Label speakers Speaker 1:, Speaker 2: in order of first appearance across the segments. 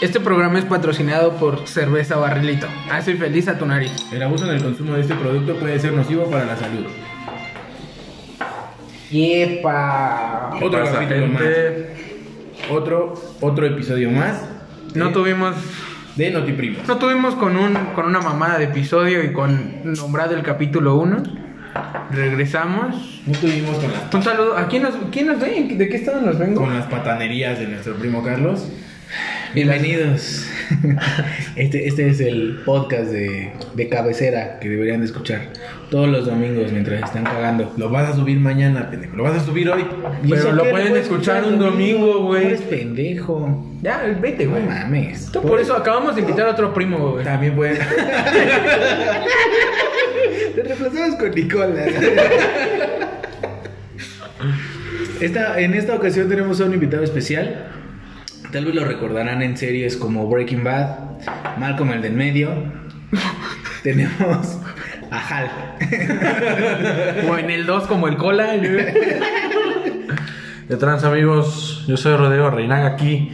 Speaker 1: Este programa es patrocinado por Cerveza Barrilito. Hace feliz a tu nariz.
Speaker 2: El abuso en el consumo de este producto puede ser nocivo para la salud.
Speaker 3: ¡Yepa!
Speaker 2: Otro
Speaker 4: pasa,
Speaker 2: capítulo más.
Speaker 1: Eh,
Speaker 2: Otro, otro episodio más
Speaker 1: no tuvimos
Speaker 2: de Notiprimo.
Speaker 1: no tuvimos con un con una mamada de episodio y con nombrado el capítulo 1. Regresamos.
Speaker 2: No tuvimos con las,
Speaker 1: Un saludo. ¿A quién nos, quién nos ve? ¿De qué estado nos vengo?
Speaker 2: con las patanerías de nuestro primo Carlos.
Speaker 3: Bienvenidos. Este, este es el podcast de, de cabecera que deberían de escuchar todos los domingos mientras están cagando.
Speaker 2: Lo vas a subir mañana, pendejo. Lo vas a subir hoy.
Speaker 3: Dice
Speaker 1: lo
Speaker 3: que
Speaker 1: pueden
Speaker 3: voy a
Speaker 1: escuchar un domingo, güey.
Speaker 3: Eres pendejo.
Speaker 1: Ya, vete,
Speaker 3: No
Speaker 1: güey.
Speaker 3: mames.
Speaker 1: Tú por eso acabamos de invitar a otro primo, güey.
Speaker 2: También pueden.
Speaker 3: Te reemplazamos con Nicolás. Esta, en esta ocasión tenemos a un invitado especial. Tal vez lo recordarán en series como Breaking Bad, Malcolm el del medio. tenemos a Hal.
Speaker 1: O en el 2 como el cola. güey.
Speaker 4: De trans amigos, yo soy Rodrigo Reinaga aquí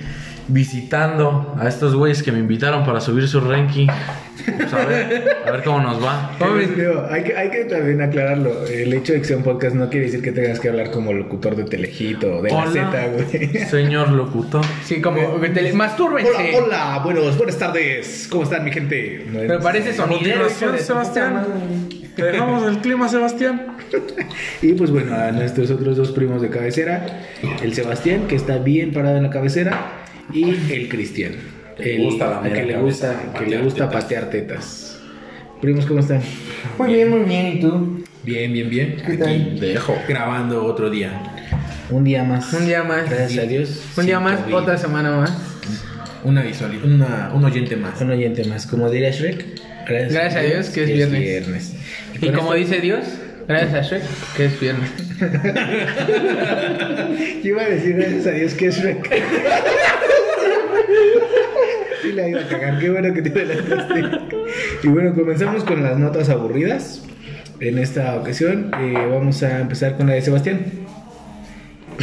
Speaker 4: visitando a estos güeyes que me invitaron para subir su ranking. Pues a, ver, a ver cómo nos va.
Speaker 1: Hombre.
Speaker 3: Leo, hay, que, hay que también aclararlo. El hecho de que sea un podcast no quiere decir que tengas que hablar como locutor de Telejito o de la
Speaker 4: Hola,
Speaker 3: Z, güey.
Speaker 4: Señor locutor.
Speaker 1: Sí, como vete, mastúrbense.
Speaker 3: hola, buenos, buenas tardes. ¿Cómo están, mi gente? No,
Speaker 1: Pero
Speaker 3: es-
Speaker 1: parece
Speaker 4: A
Speaker 1: sonidero. hijo de
Speaker 4: continuación,
Speaker 1: su puta madre.
Speaker 4: Sebastián. Te dejamos el clima, Sebastián.
Speaker 3: Y pues bueno, a nuestros otros dos primos de cabecera, el Sebastián, que está bien parado en la cabecera, y el Cristian.
Speaker 4: Le
Speaker 3: el-
Speaker 4: gusta la mera
Speaker 3: que le
Speaker 4: cabeza,
Speaker 3: gusta, que
Speaker 4: patear
Speaker 3: le gusta
Speaker 4: tetas.
Speaker 3: patear tetas. Primos, ¿cómo están?
Speaker 1: Muy bien, muy bien. ¿Y tú?
Speaker 2: Bien, bien, bien.
Speaker 1: ¿Qué tal?
Speaker 2: Aquí dejo. Grabando otro día.
Speaker 3: Un día más.
Speaker 1: Un día más.
Speaker 3: Gracias a Dios.
Speaker 1: Un
Speaker 3: sin
Speaker 1: día más,
Speaker 3: COVID.
Speaker 1: otra semana más.
Speaker 2: Una visual, una, un oyente más.
Speaker 3: Un oyente más. Como diría Shrek, gracias,
Speaker 1: Gracias a Dios que es viernes.
Speaker 3: viernes.
Speaker 1: Y este
Speaker 3: con
Speaker 1: como dice Dios, gracias a Shrek, que es viernes.
Speaker 3: Yo iba a decir gracias a Dios que es Shrek. Sí, la iba a cagar. Qué bueno que te adelantaste. Y bueno, comenzamos con las notas aburridas. En esta ocasión eh, vamos a empezar con la de Sebastián.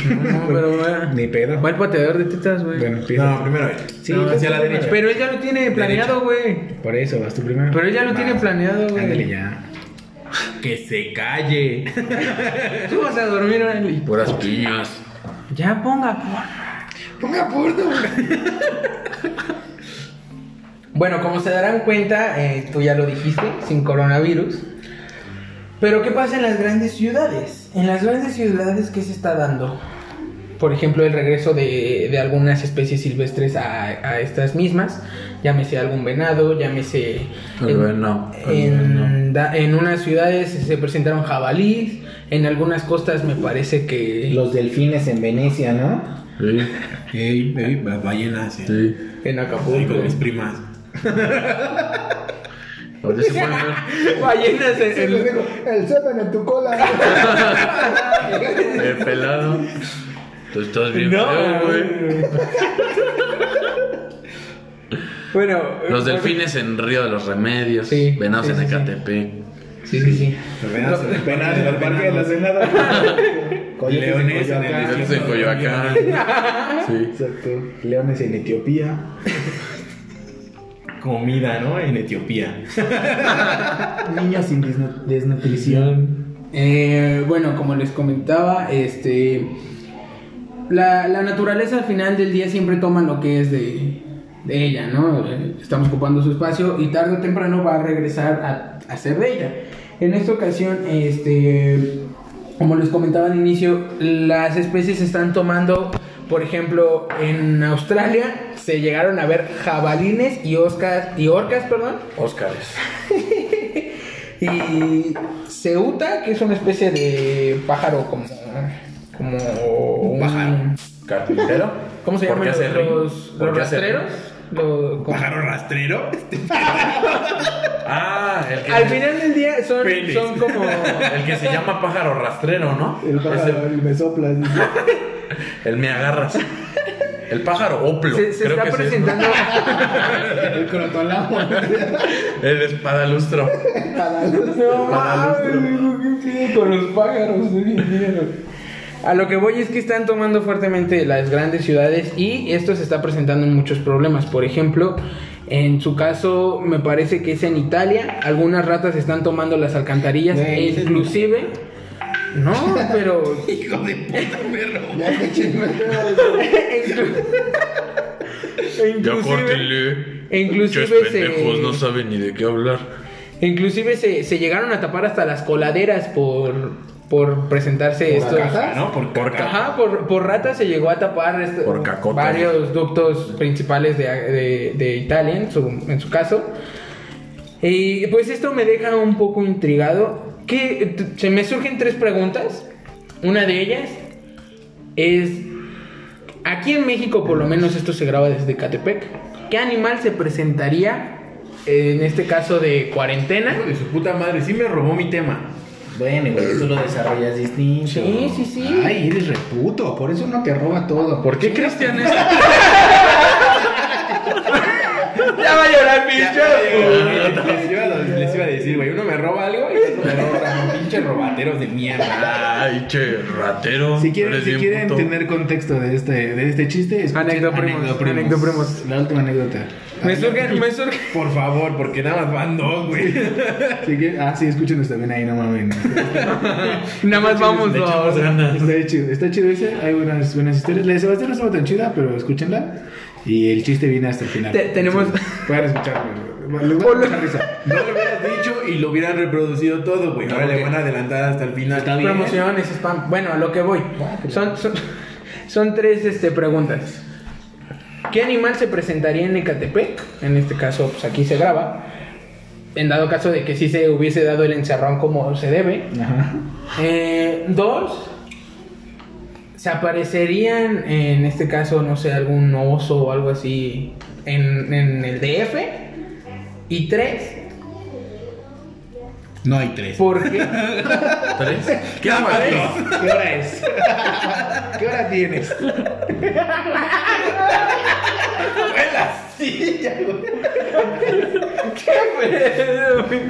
Speaker 1: No, pero bueno.
Speaker 3: Ni pedo.
Speaker 1: Va el pateador de tetas, güey.
Speaker 3: Bueno, empieza.
Speaker 2: No, primero él.
Speaker 3: Sí,
Speaker 2: No,
Speaker 3: tú
Speaker 2: hacia la
Speaker 3: primero.
Speaker 2: derecha.
Speaker 1: Pero él ya lo tiene planeado, güey.
Speaker 3: Por eso vas tú primero.
Speaker 1: Pero él ya lo
Speaker 3: Vas.
Speaker 1: tiene planeado, güey.
Speaker 3: Ándale ya.
Speaker 2: Que se calle.
Speaker 1: Tú vas a dormir, órale.
Speaker 4: Puras piñas.
Speaker 1: Ya ponga porno.
Speaker 3: Ponga porno.
Speaker 1: Bueno, como se darán cuenta, eh, tú ya lo dijiste, sin coronavirus. Pero ¿qué pasa en las grandes ciudades? En las grandes ciudades, ¿qué se está dando? Por ejemplo, el regreso de, de algunas especies silvestres a, a estas mismas. Llámese algún venado, llámese...
Speaker 4: El venado, el
Speaker 1: En, da- en unas ciudades se presentaron jabalíes, en algunas costas me parece que...
Speaker 3: Los delfines en Venecia, ¿no?
Speaker 4: Sí,
Speaker 2: Ey, ey, las ballenas. eh.
Speaker 4: sí.
Speaker 1: En
Speaker 2: Ahí
Speaker 1: Acapulco.
Speaker 2: con mis primas.
Speaker 4: Ahorita se pueden ver.
Speaker 1: Ballenas en- en-
Speaker 3: el semen en tu cola.
Speaker 4: Eh, pelado. Tú estás bien
Speaker 1: No,
Speaker 4: feo, güey.
Speaker 1: Bueno...
Speaker 4: Los
Speaker 1: eh,
Speaker 4: delfines en Río de los Remedios.
Speaker 1: Sí,
Speaker 4: venados
Speaker 1: sí,
Speaker 4: en
Speaker 1: sí, sí.
Speaker 4: Ecatepec.
Speaker 1: Sí, sí, sí.
Speaker 2: Venados en el
Speaker 3: Penal en el parque de la cenada. Coyotes en
Speaker 2: Leones en
Speaker 3: Coyoacán.
Speaker 2: el
Speaker 4: Leones en Coyoacán. Sí.
Speaker 3: Exacto. Leones en Etiopía.
Speaker 2: Comida, ¿no? En Etiopía.
Speaker 3: Niños sin desnu- desnutrición.
Speaker 1: Eh, bueno, como les comentaba, este la, la naturaleza al final del día siempre toma lo que es de, de ella, ¿no? Eh, Estamos ocupando su espacio y tarde o temprano va a regresar a, a ser de ella. En esta ocasión, este, como les comentaba al inicio, las especies se están tomando, por ejemplo, en Australia se llegaron a ver jabalines y orcas, y orcas, perdón,
Speaker 4: Óscares.
Speaker 1: y Ceuta, que es una especie de pájaro como. como un
Speaker 2: pájaro.
Speaker 4: ¿Carpintero?
Speaker 1: ¿Cómo se
Speaker 4: ¿Por
Speaker 1: llaman
Speaker 4: qué hace
Speaker 1: los,
Speaker 4: ring?
Speaker 1: los,
Speaker 4: ¿Por
Speaker 1: los
Speaker 4: qué hace
Speaker 1: rastreros?
Speaker 4: ring?
Speaker 1: Lo- como-
Speaker 2: ¿Pájaro rastrero?
Speaker 4: Ah, el que,
Speaker 1: Al final del día son,
Speaker 2: Penes.
Speaker 1: son como.
Speaker 4: el que se llama pájaro rastrero, ¿no?
Speaker 3: El pájaro, el me soplas.
Speaker 4: Ese- el me agarras. El pájaro oplo.
Speaker 1: Se, se
Speaker 4: creo
Speaker 1: está
Speaker 4: que sí, ¿no?
Speaker 1: presentando.
Speaker 3: El crotolamo.
Speaker 4: El espadalustro.
Speaker 1: No mames, digo, ¿qué pedo con los pájaros hoy en día? A lo que voy es que están tomando fuertemente las grandes ciudades y esto se está presentando en muchos problemas. Por ejemplo, en su caso, me parece que es en Italia, algunas ratas están tomando las alcantarillas
Speaker 5: Güey,
Speaker 1: e
Speaker 5: ese es
Speaker 1: inclusive... No, pero...
Speaker 2: Hijo de puta perro.
Speaker 5: Ya te chingo el tema de
Speaker 1: e inclusive, e inclusive
Speaker 4: Muchos
Speaker 1: se-
Speaker 4: pendejos no saben ni de qué hablar.
Speaker 1: inclusive se, se llegaron a tapar hasta las coladeras por, por presentarse
Speaker 5: ¿Por
Speaker 1: estos...
Speaker 5: acá?
Speaker 2: ¿No? Por, por
Speaker 1: Ajá, por, por rata se llegó a tapar este-
Speaker 4: Por cacota.
Speaker 1: varios ductos principales de, de- de Italia, en su, en su caso. Y pues esto me deja un poco intrigado. Que t- se me surgen tres preguntas. Una de ellas es, aquí en México por lo menos esto se graba desde Catepec. ¿Qué animal se presentaría en este caso de cuarentena?
Speaker 2: Hijo de su puta madre, sí me robó mi tema.
Speaker 5: Bueno, güey, tú lo desarrollas distinto.
Speaker 1: Sí, sí, sí.
Speaker 5: Ay, eres reputo, por eso uno te roba todo.
Speaker 4: ¿Por qué Cristian es
Speaker 1: Ya va a llorar,
Speaker 2: Les les iba, a- les iba a decir, güey, uno me roba algo y otro me roba. Pinches robateros de mierda.
Speaker 4: Ay, che, ratero.
Speaker 3: Si quieren,
Speaker 4: eres
Speaker 3: si
Speaker 4: bien
Speaker 3: quieren
Speaker 4: puto.
Speaker 3: tener contexto de este, de este chiste, escuchen
Speaker 1: Anecdoprimos,
Speaker 3: Anecdoprimos.
Speaker 1: Anecdoprimos.
Speaker 3: La última anécdota.
Speaker 1: Me surgen, me surgen.
Speaker 2: Por favor, porque nada más van dos, güey.
Speaker 3: Si quieren- ah, sí, escúchenos también ahí, no mamen.
Speaker 1: Nada más vamos
Speaker 4: Le echamos
Speaker 1: dos.
Speaker 4: ganas.
Speaker 3: Está chido, está chido ese. Hay buenas, buenas historias. La de Sebastián no estuvo tan chida, pero escúchenla. Y el chiste viene hasta el final.
Speaker 1: Te- tenemos-
Speaker 3: Sí, Pueden escucharlo. Les voy a
Speaker 1: Hola.
Speaker 3: dar mucha risa.
Speaker 2: No lo hubieras dicho y lo hubieran reproducido todo, güey. Ahora le van a adelantar hasta el final. Está
Speaker 1: Promociones, spam. Bueno, a lo que voy. Son, son, son tres este, preguntas. ¿Qué animal se presentaría en Ecatepec? En este caso, pues aquí se graba. En dado caso de que sí se hubiese dado el encerrón como se debe.
Speaker 3: Ajá.
Speaker 1: Eh, dos, se aparecerían en este caso, no sé, algún oso o algo así en, en el DF. Y tres,
Speaker 2: No hay tres.
Speaker 1: ¿por qué?
Speaker 4: ¿Tres?
Speaker 2: ¿Qué pasó?
Speaker 3: ¿Qué hora es? ¿Qué hora tienes?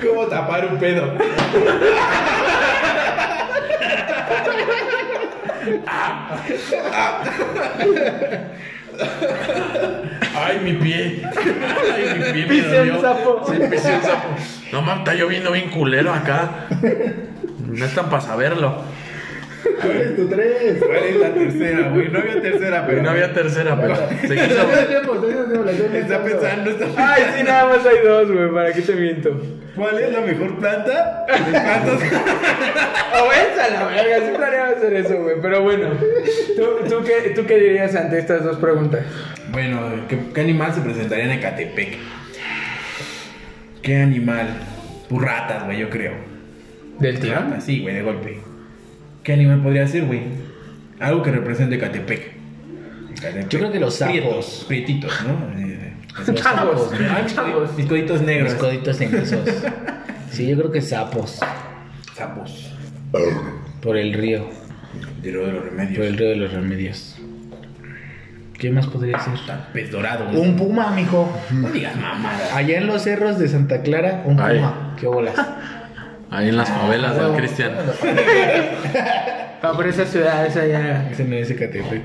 Speaker 2: ¿Cómo tapar un pedo?
Speaker 4: Ay, mi pie. Ay, mi pie. me
Speaker 1: Pisé el
Speaker 4: dolió.
Speaker 1: sapo.
Speaker 4: Sí, pisé el sapo. No mames, está lloviendo bien culero acá. No están para saberlo.
Speaker 5: ¿Cuál es tu tres?
Speaker 2: ¿Cuál es la tercera, güey? No había tercera, pero.
Speaker 4: No había tercera, pero se quiso.
Speaker 3: pues,
Speaker 2: Está pensando, está pensando.
Speaker 1: Ay, sí, nada más hay dos, güey, ¿para qué te miento?
Speaker 2: ¿Cuál es la mejor planta? De plantas.
Speaker 1: O a la verga, sí planeaba hacer eso, güey, pero bueno. ¿Tú, tú, qué, ¿Tú qué dirías ante estas dos preguntas?
Speaker 2: Bueno, ¿qué, qué animal se presentaría en Ecatepec? ¿Qué animal? Pues ratas, güey, yo creo.
Speaker 1: ¿Del tirón?
Speaker 2: Ratas, sí, güey, de golpe. ¿Qué animal podría ser, güey? Algo que represente Ecatepec. Ecatepec.
Speaker 5: Yo creo que los sapos.
Speaker 2: Prietos, prietitos, ¿no? Eh, los
Speaker 1: Changos,
Speaker 2: sapos, ¿no?
Speaker 1: changos.
Speaker 2: Mis coditos negros.
Speaker 5: Los coditos esos. Sí, yo creo que sapos.
Speaker 2: sapos.
Speaker 5: Por el río.
Speaker 2: De lo de los remedios.
Speaker 5: Por Pues el río de los remedios. ¿Qué más podría ser?
Speaker 2: Pez dorado, güey.
Speaker 5: Un puma, mijo.
Speaker 2: No digas mamadas.
Speaker 5: Allá en los cerros de Santa Clara, un
Speaker 4: Ay.
Speaker 5: puma. ¿Qué bolas?
Speaker 4: Ahí en las favelas del Cristian.
Speaker 1: Ah, por esas ciudades allá
Speaker 3: Ese no es Ecatepec.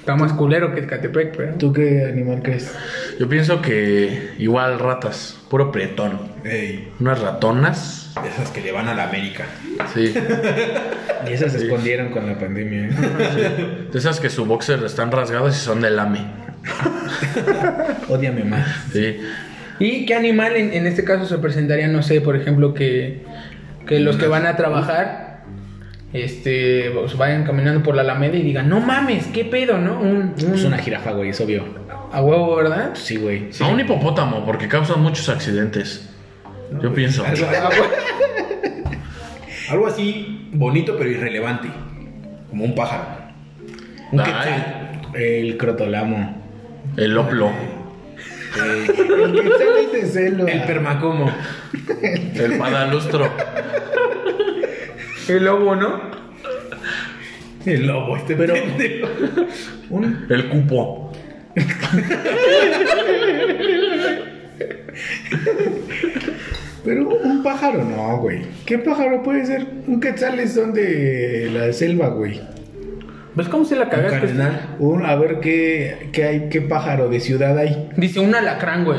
Speaker 1: está más culero que Catepec, pero...
Speaker 3: ¿Tú qué animal crees?
Speaker 4: Yo pienso que igual ratas, puro prietón.
Speaker 2: Ey,
Speaker 4: Unas ratonas.
Speaker 2: de esas que le van a la América.
Speaker 4: Sí.
Speaker 3: Y esas se escondieron con la pandemia. ¿eh?
Speaker 4: De esas que su boxer están rasgadas y son de lame.
Speaker 3: Ódiame más.
Speaker 4: Sí.
Speaker 1: ¿Y qué animal en, en este caso se presentaría, no sé, por ejemplo, que, que los que van a trabajar este, pues, vayan caminando por la Alameda y digan, no mames, qué pedo, ¿no? Un, un-
Speaker 5: Es una jirafa, güey, es obvio.
Speaker 1: a huevo, ¿verdad?
Speaker 5: Sí, güey.
Speaker 4: A un hipopótamo, porque causan muchos accidentes. Yo pienso.
Speaker 1: pues,
Speaker 2: Algo, algo así bonito pero irrelevante. Como un pájaro. Un
Speaker 4: Ay.
Speaker 2: quetzal.
Speaker 5: El crotolamo.
Speaker 4: El oplo.
Speaker 3: El que sale de celo.
Speaker 2: El permacomo.
Speaker 4: El padalustro.
Speaker 1: El lobo, ¿no?
Speaker 2: El lobo, este
Speaker 3: Pero-
Speaker 2: pendejo.
Speaker 3: Un-
Speaker 4: El cupo.
Speaker 3: pero un pájaro no, güey. ¿Qué pájaro puede ser? Un quetzal es son de la selva, güey.
Speaker 1: Pues, ¿cómo se la
Speaker 2: Un
Speaker 1: cagaste?
Speaker 2: cardenal.
Speaker 5: Un- a ver qué, qué hay, qué pájaro de ciudad hay.
Speaker 1: Dice un alacrán, güey.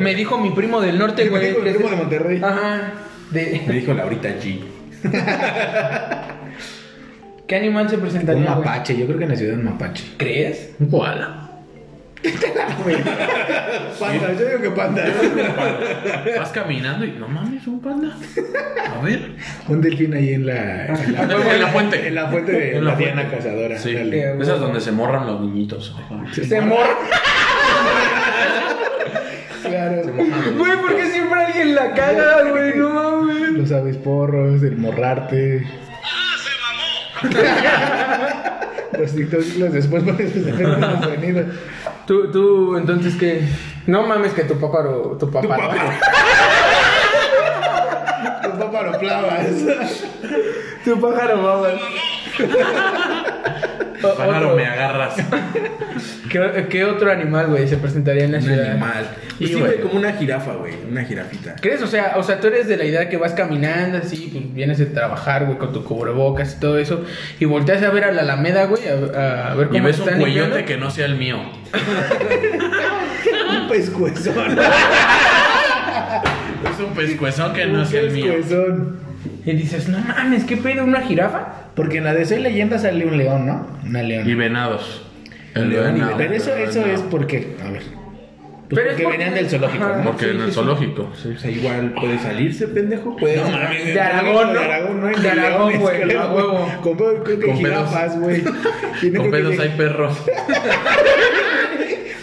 Speaker 1: Me dijo mi primo del norte,
Speaker 5: Me
Speaker 1: güey.
Speaker 5: dijo mi
Speaker 1: que es
Speaker 5: primo
Speaker 1: el-
Speaker 5: de Monterrey.
Speaker 1: Ajá. De...
Speaker 2: Me dijo Laurita G.
Speaker 1: ¿Qué animal se
Speaker 5: Un
Speaker 1: presentaría? güey?
Speaker 5: mapache, yo creo que en la ciudad un mapache.
Speaker 1: ¿Crees?
Speaker 4: Un koala.
Speaker 5: Panda, yo digo que panda.
Speaker 4: Vas caminando y no mames, un panda. A ver.
Speaker 5: un delfín ahí en la, Ah, en la,
Speaker 4: En la fuente.
Speaker 5: en la fuente de
Speaker 4: En
Speaker 5: la,
Speaker 4: la fuente.
Speaker 5: Diana Cazadora.
Speaker 4: Sí.
Speaker 5: Dale.
Speaker 1: Eh,
Speaker 4: Esas donde se morran los niñitos.
Speaker 1: Se morra.
Speaker 5: Claro.
Speaker 1: Güey, ¿por qué siempre alguien la caga, güey? No mames.
Speaker 5: Los avisporros, el morrarte. ¡Ah, se mamó! los TikToks después pones sus efectos sonidos.
Speaker 1: Tú, tú, entonces, ¿qué? No mames que tu pájaro, tu papá.
Speaker 5: Tu papá lo clavas.
Speaker 1: Tu pájaro, mamas. O-
Speaker 4: Pájaro,
Speaker 1: otro-
Speaker 4: me agarras.
Speaker 1: ¿Qué, qué otro animal, güey, se presentaría en la
Speaker 2: Un
Speaker 1: ciudad?
Speaker 2: animal.
Speaker 4: Y,
Speaker 2: Pues sí, güey,
Speaker 4: güey.
Speaker 2: como una jirafa, güey. Una jirafita.
Speaker 1: ¿Crees? O sea, o sea, tú eres de la idea que vas caminando así, pues vienes de trabajar, güey, con tu cubrebocas y todo eso, y volteas a ver a la Alameda, güey, a, a ver cómo
Speaker 4: Y ves un
Speaker 1: están
Speaker 4: cuellote
Speaker 1: limpiando.
Speaker 4: que no sea el mío.
Speaker 5: Un pescuezón.
Speaker 4: Es un pescuezón que no sea el
Speaker 5: Un
Speaker 4: mío.
Speaker 5: pescuezón.
Speaker 1: Y dices, no mames, ¿qué pedo? ¿Una jirafa?
Speaker 5: Porque en la de Soy Leyenda sale un león, ¿no? Una leona.
Speaker 4: Y venados. El
Speaker 2: León y
Speaker 4: venado.
Speaker 5: Pero eso, eso es porque. A ver. Pues
Speaker 1: Pero es
Speaker 5: porque
Speaker 1: porque-
Speaker 5: venían del zoológico,
Speaker 1: Ajá.
Speaker 5: ¿no?
Speaker 4: Porque en el zoológico, sí.
Speaker 2: O sea, igual puede salirse, pendejo. Puede
Speaker 5: No mames,
Speaker 1: De Aragón, ¿no?
Speaker 5: De Aragón, ¿no?
Speaker 1: De Aragón,
Speaker 5: Leones,
Speaker 1: güey,
Speaker 5: creo,
Speaker 1: a huevo.
Speaker 5: Con, con, creo que
Speaker 4: Con
Speaker 5: jirafas, güey. Tiene
Speaker 4: Con
Speaker 5: creo que
Speaker 4: pedos
Speaker 5: de-
Speaker 4: hay perros.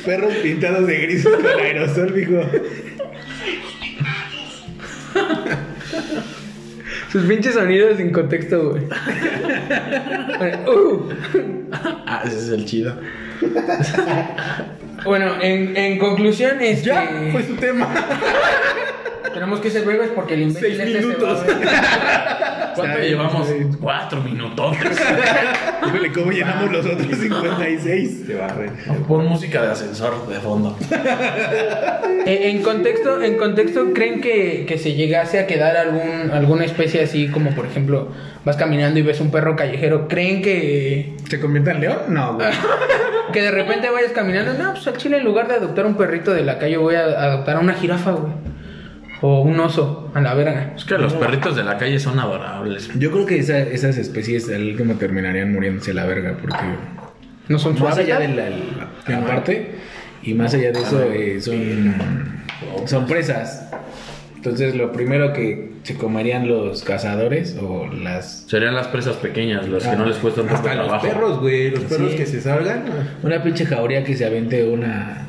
Speaker 5: Perros pintados de gris con aerosol, dijo.
Speaker 1: Sus pinches sonidos sin contexto, güey. Uh.
Speaker 4: Ah, ese es el chido.
Speaker 1: Bueno, en, en conclusión, este,
Speaker 2: Ya,
Speaker 4: pues.
Speaker 2: fue su tema.
Speaker 1: tenemos que ser breves porque el imbécil
Speaker 2: Seis
Speaker 1: este se
Speaker 2: minutos.
Speaker 1: va a ver.
Speaker 4: ¿Cuánto
Speaker 5: bien,
Speaker 4: llevamos?
Speaker 5: está bien.
Speaker 4: Cuatro minutos.
Speaker 5: Híjole, ¿cómo llenamos los otros 56?
Speaker 2: Se barre.
Speaker 4: Pon música de ascensor de fondo.
Speaker 1: Eh, En contexto, en contexto, ¿creen que, que se llegase a quedar algún, alguna especie así como, por ejemplo, vas caminando y ves un perro callejero? ¿Creen que,
Speaker 5: ¿Se convierte en león?
Speaker 2: Ah,
Speaker 5: No, güey.
Speaker 1: que de repente vayas caminando? No, pues al chile en lugar de adoptar un perrito de la calle voy a adoptar a una jirafa, güey. O un oso, a la verga.
Speaker 4: Es que los perritos de la calle son adorables.
Speaker 5: Yo creo que esa- esas especies al último terminarían muriéndose la verga, porque
Speaker 1: No son
Speaker 5: más
Speaker 1: suaves.
Speaker 5: allá de la, la- la parte y más allá de eso eh, son, son presas. Entonces lo primero que se comerían los cazadores o las...
Speaker 4: Serían las presas pequeñas, las que no les cuesta tanto
Speaker 2: Hasta los
Speaker 4: trabajo.
Speaker 2: perros, güey. Los perros
Speaker 5: Sí.
Speaker 2: que se salgan.
Speaker 5: Una pinche jauría que se avente una,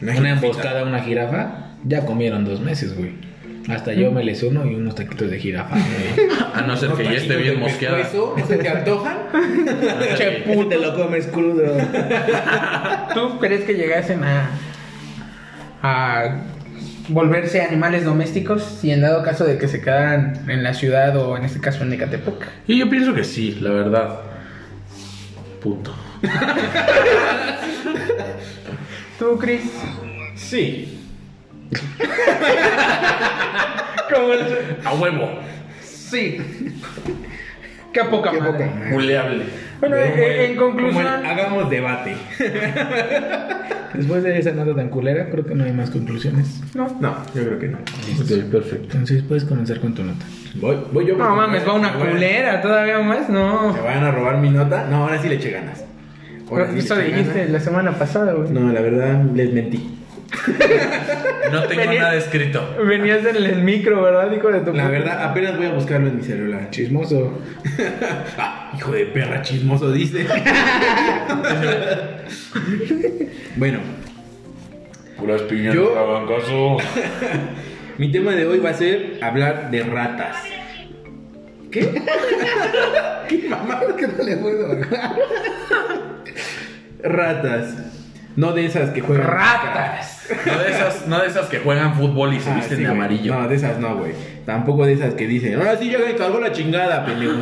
Speaker 2: Una
Speaker 5: una
Speaker 2: jirafita.
Speaker 5: emboscada a una jirafa, ya comieron dos meses, güey. Hasta yo me les uno y unos taquitos de jirafa. güey.
Speaker 4: A no ser que ya esté bien mosqueada.
Speaker 2: ¿Eso? ¿No se te antojan?
Speaker 1: Che,
Speaker 5: Puta, te lo comes crudo.
Speaker 1: ¿Tú crees que llegasen a, a volverse animales domésticos si en dado caso de que se quedaran en la ciudad o en este caso en Ecatepec?
Speaker 4: Y yo pienso que sí, la verdad. Punto.
Speaker 1: ¿Tú, Chris?
Speaker 2: Sí.
Speaker 4: A huevo.
Speaker 1: Sí. Qué poca
Speaker 5: Qué
Speaker 1: madre.
Speaker 5: poca madre.
Speaker 4: Buleable.
Speaker 1: Bueno, en- en conclusión,
Speaker 2: Como el hagamos debate.
Speaker 5: Después de esa nota tan culera, creo que no hay más conclusiones.
Speaker 1: no.
Speaker 2: No, yo creo que no.
Speaker 4: Ok, perfecto.
Speaker 5: Entonces puedes comenzar con tu nota.
Speaker 2: Voy, voy yo.
Speaker 1: No
Speaker 2: porque
Speaker 1: mames,
Speaker 2: me-
Speaker 1: va una
Speaker 2: me van-
Speaker 1: culera todavía más, no.
Speaker 2: Me van a robar mi nota. No, ahora sí le eché ganas. Ahora sí le
Speaker 1: Eso
Speaker 2: eché
Speaker 1: dijiste la semana pasada,
Speaker 2: ganas.
Speaker 1: güey.
Speaker 2: No, la verdad, les mentí.
Speaker 4: No tengo
Speaker 1: Venía-
Speaker 4: nada escrito.
Speaker 1: Venías en el micro, ¿verdad, hijo de tu
Speaker 2: La
Speaker 1: puta?
Speaker 2: verdad, apenas voy a buscarlo en mi celular.
Speaker 5: Chismoso.
Speaker 2: Ah, hijo de perra chismoso, dice. bueno,
Speaker 4: Puras piñas
Speaker 2: Yo- no
Speaker 4: hagan caso.
Speaker 2: mi tema de hoy va a ser hablar de ratas. ¿Qué? ¿Qué mamá?
Speaker 5: ¿Qué no le puedo?
Speaker 2: Ratas. No de esas que juegan.
Speaker 1: Ratas.
Speaker 4: No de esas, no de esas que juegan fútbol y se
Speaker 2: Ah,
Speaker 4: visten
Speaker 2: sí,
Speaker 4: de
Speaker 2: güey.
Speaker 4: amarillo.
Speaker 2: No, de esas no, güey. Tampoco de esas que dicen, ahora sí ya me cargó la chingada, pendejo.